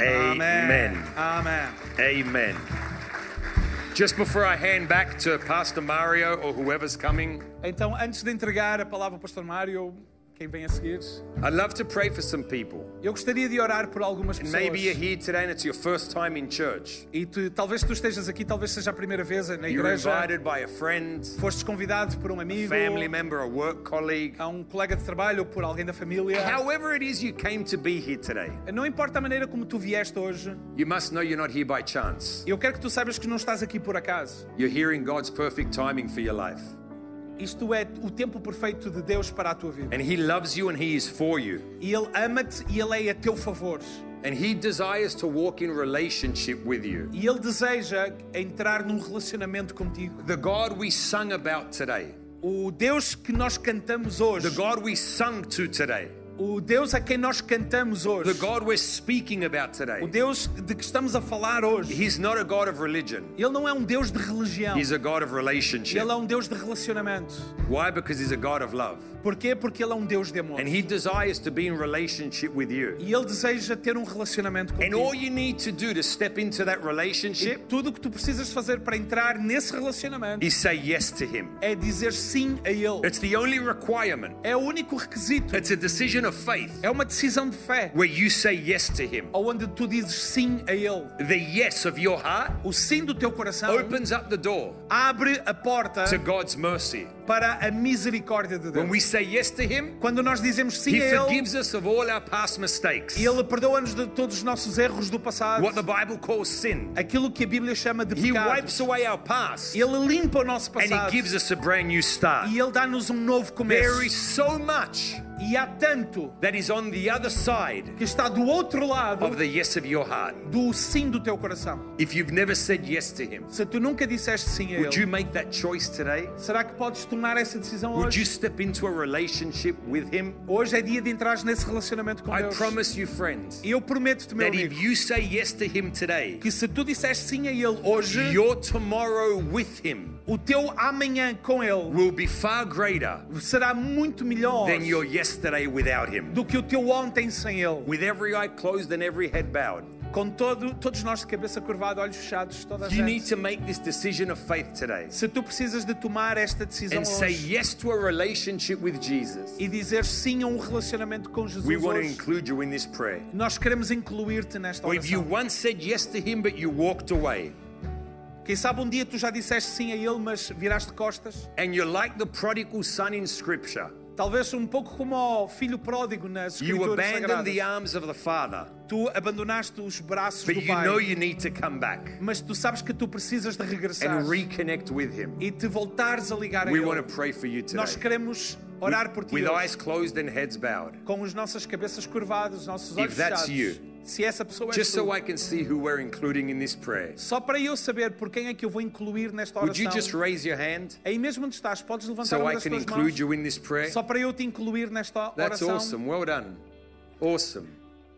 S2: Amen.
S3: Amém.
S2: Amen. Just before I hand back to Pastor Mario or whoever's coming,
S3: Então, antes de entregar a palavra ao pastor Mário, quem vem a seguir,
S2: I'd love to pray for some people.
S3: eu gostaria de orar por algumas
S2: And maybe you're
S3: pessoas.
S2: here today and it's your first time in church.
S3: E tu, talvez tu estejas aqui, talvez seja a primeira vez na
S2: You're
S3: igreja.
S2: invited by a friend,
S3: Foste convidado por um amigo,
S2: family member, a work colleague.
S3: a um colega de trabalho ou por alguém da família.
S2: However, it is you came to be here today,
S3: Não importa a maneira como tu vieste hoje,
S2: you must know you're not here by chance.
S3: eu quero que tu saibas que não estás aqui por acaso.
S2: You're hearing God's perfect timing for your life.
S3: Isto é o tempo perfeito de Deus para a tua vida.
S2: And He loves you and He is for you.
S3: E Ele ama-te e Ele é a teu favor.
S2: And He desires to walk in relationship with you.
S3: E Ele deseja entrar num relacionamento contigo.
S2: The God we sung about today,
S3: O Deus que nós cantamos
S2: the
S3: hoje,
S2: God we sung to today,
S3: o Deus a quem nós cantamos
S2: the
S3: hoje,
S2: God we're speaking about
S3: o
S2: today,
S3: Deus de que estamos a falar hoje,
S2: He's not a God of religion.
S3: Ele não é um Deus de religião.
S2: He's a God of relationship.
S3: Ele é um Deus de relacionamento.
S2: Why? Because He's a God of love.
S3: Porquê? Porque Ele é um Deus de amor.
S2: And He desires to be in relationship with you.
S3: E Ele deseja ter um relacionamento
S2: And all
S3: contigo.
S2: you need to do to step into that
S3: E
S2: relationship
S3: tudo o que tu precisas fazer para entrar nesse relacionamento
S2: is say yes to Him.
S3: é dizer sim a Ele.
S2: It's the only requirement.
S3: É o único requisito.
S2: It's a decision of faith
S3: É uma decisão de fé,
S2: where you say yes to Him.
S3: onde tu dizes sim a Ele.
S2: The yes of your heart
S3: O sim do teu coração
S2: opens up the door
S3: abre a porta
S2: to God's mercy.
S3: para a misericórdia de
S2: When
S3: Deus.
S2: we say yes to Him,
S3: Quando nós dizemos sim
S2: He
S3: a Ele,
S2: forgives us of all our past mistakes,
S3: Ele perdoa-nos de todos os nossos erros do passado,
S2: what the Bible calls sin.
S3: aquilo que a Bíblia chama de
S2: He
S3: pecado.
S2: wipes away our past
S3: Ele limpa o nosso
S2: and He
S3: passado
S2: gives us a brand new start.
S3: e Ele dá-nos um novo
S2: There
S3: começo.
S2: is so much
S3: E há tanto
S2: that is on the other side
S3: que está do outro lado
S2: of the yes of your heart.
S3: do sim do teu coração.
S2: If you've never said yes to Him,
S3: Se tu nunca disseste sim a
S2: would you
S3: Ele,
S2: make that choice today?
S3: será que podes tomar essa decisão
S2: Would you
S3: hoje?
S2: step into a relationship with Him?
S3: Hoje é dia de entrar nesse relacionamento com
S2: I
S3: Deus.
S2: promise you, friends,
S3: E Eu prometo-te, meu
S2: that
S3: amigo,
S2: if you say yes to Him today,
S3: que se tu disseste sim a Ele hoje,
S2: your tomorrow with Him
S3: o teu amanhã com ele
S2: will be far greater
S3: será muito melhor
S2: than your yesterday without him.
S3: do que o teu ontem sem ele.
S2: With every eye closed and every head bowed,
S3: Com todo, todos nós de cabeça curvada, olhos fechados, toda a
S2: you need
S3: gente.
S2: to make this decision of faith today
S3: Se tu precisas de tomar esta decisão
S2: and say
S3: hoje
S2: yes to a relationship with Jesus.
S3: e dizer sim a um relacionamento com
S2: We
S3: Jesus
S2: want to
S3: hoje,
S2: include you in this prayer.
S3: nós queremos incluir-te nesta
S2: Or if you
S3: oração.
S2: once said yes to him but you walked away
S3: Quem sabe um dia tu já disseste sim a ele, mas viraste costas.
S2: and you're like the prodigal son in scripture,
S3: Talvez um pouco como ao filho pródigo nas
S2: you
S3: escrituras
S2: abandon
S3: sagradas.
S2: the arms of the father,
S3: Tu abandonaste os braços
S2: but
S3: do
S2: you know
S3: pai,
S2: you need to come back
S3: mas tu sabes que tu precisas de regressar
S2: and reconnect with him.
S3: e te voltares a ligar a
S2: We want
S3: ele.
S2: to pray for you today.
S3: Nós queremos orar por ti
S2: With
S3: hoje.
S2: eyes closed and heads bowed.
S3: com as nossas cabeças curvadas, os nossos olhos
S2: If that's
S3: fechados.
S2: you,
S3: se essa pessoa é
S2: Just so
S3: tu,
S2: I can see who we're including in this prayer.
S3: só para eu saber por quem é que eu vou incluir nesta
S2: Would you
S3: oração.
S2: just raise your hand
S3: Aí mesmo onde estás, podes
S2: so
S3: levantar uma
S2: I
S3: das
S2: can
S3: tuas
S2: include
S3: mãos.
S2: you in this prayer?
S3: Só para eu te incluir nesta
S2: That's
S3: oração.
S2: awesome. Well done. Awesome.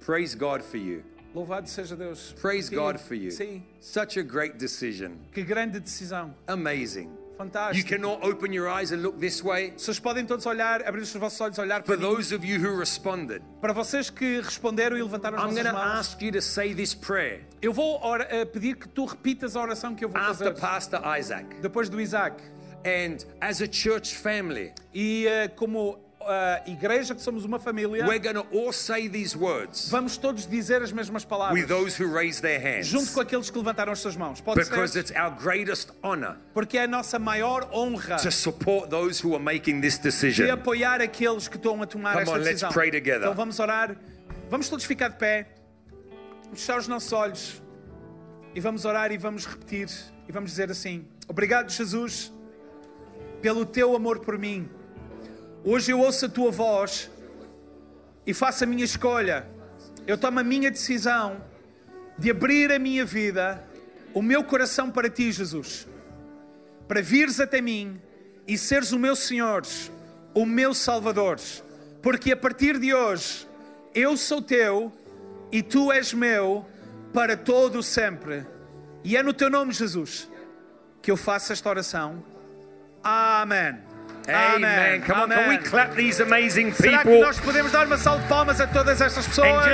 S2: Praise God for you.
S3: Louvado seja Deus.
S2: Praise
S3: Sim,
S2: God for you.
S3: Sim.
S2: Such a great decision.
S3: Que grande decisão.
S2: Amazing. You
S3: Fantástico.
S2: can all open your eyes and look this way.
S3: Vocês podem todos olhar, abrir os vossos olhos, olhar
S2: For
S3: para mim.
S2: those of you who responded,
S3: Para vocês que responderam e levantaram as
S2: I'm
S3: vossas
S2: going to
S3: mãos.
S2: ask you to say this prayer
S3: Eu vou ora- eh, pedir que tu repitas a oração que eu vou
S2: after
S3: fazer.
S2: Pastor Isaac.
S3: Depois do Isaac.
S2: And as a church family,
S3: E eh, como eh, igreja, que somos uma família,
S2: we're going to all say these words
S3: vamos todos dizer as mesmas palavras.
S2: with those who raise their
S3: Junto
S2: hands
S3: com aqueles que levantaram as suas mãos. Pode
S2: because
S3: ser?
S2: it's our greatest honor
S3: Porque é a nossa maior honra
S2: to support those who are making this
S3: de
S2: decision.
S3: apoiar aqueles que estão a tomar
S2: Come
S3: esta
S2: on, let's
S3: decisão.
S2: pray together.
S3: Então vamos orar. Vamos todos ficar de pé. Vamos fechar os nossos olhos. E vamos orar e vamos repetir. E vamos dizer assim: Obrigado, Jesus, pelo teu amor por mim. Hoje eu ouço a tua voz e faço a minha escolha. Eu tomo a minha decisão de abrir a minha vida, o meu coração para ti, Jesus. para vires até mim e seres o meu Senhor, o meu Salvador, porque a partir de hoje eu sou teu e tu és meu para todo o sempre. E é no teu nome, Jesus, que eu faço esta oração. Amém.
S2: Amen. Come on, can we
S3: Amém.
S2: clap these amazing
S3: Será que
S2: people
S3: nós podemos dar uma salva de palmas a todas estas
S2: and
S3: pessoas?
S2: just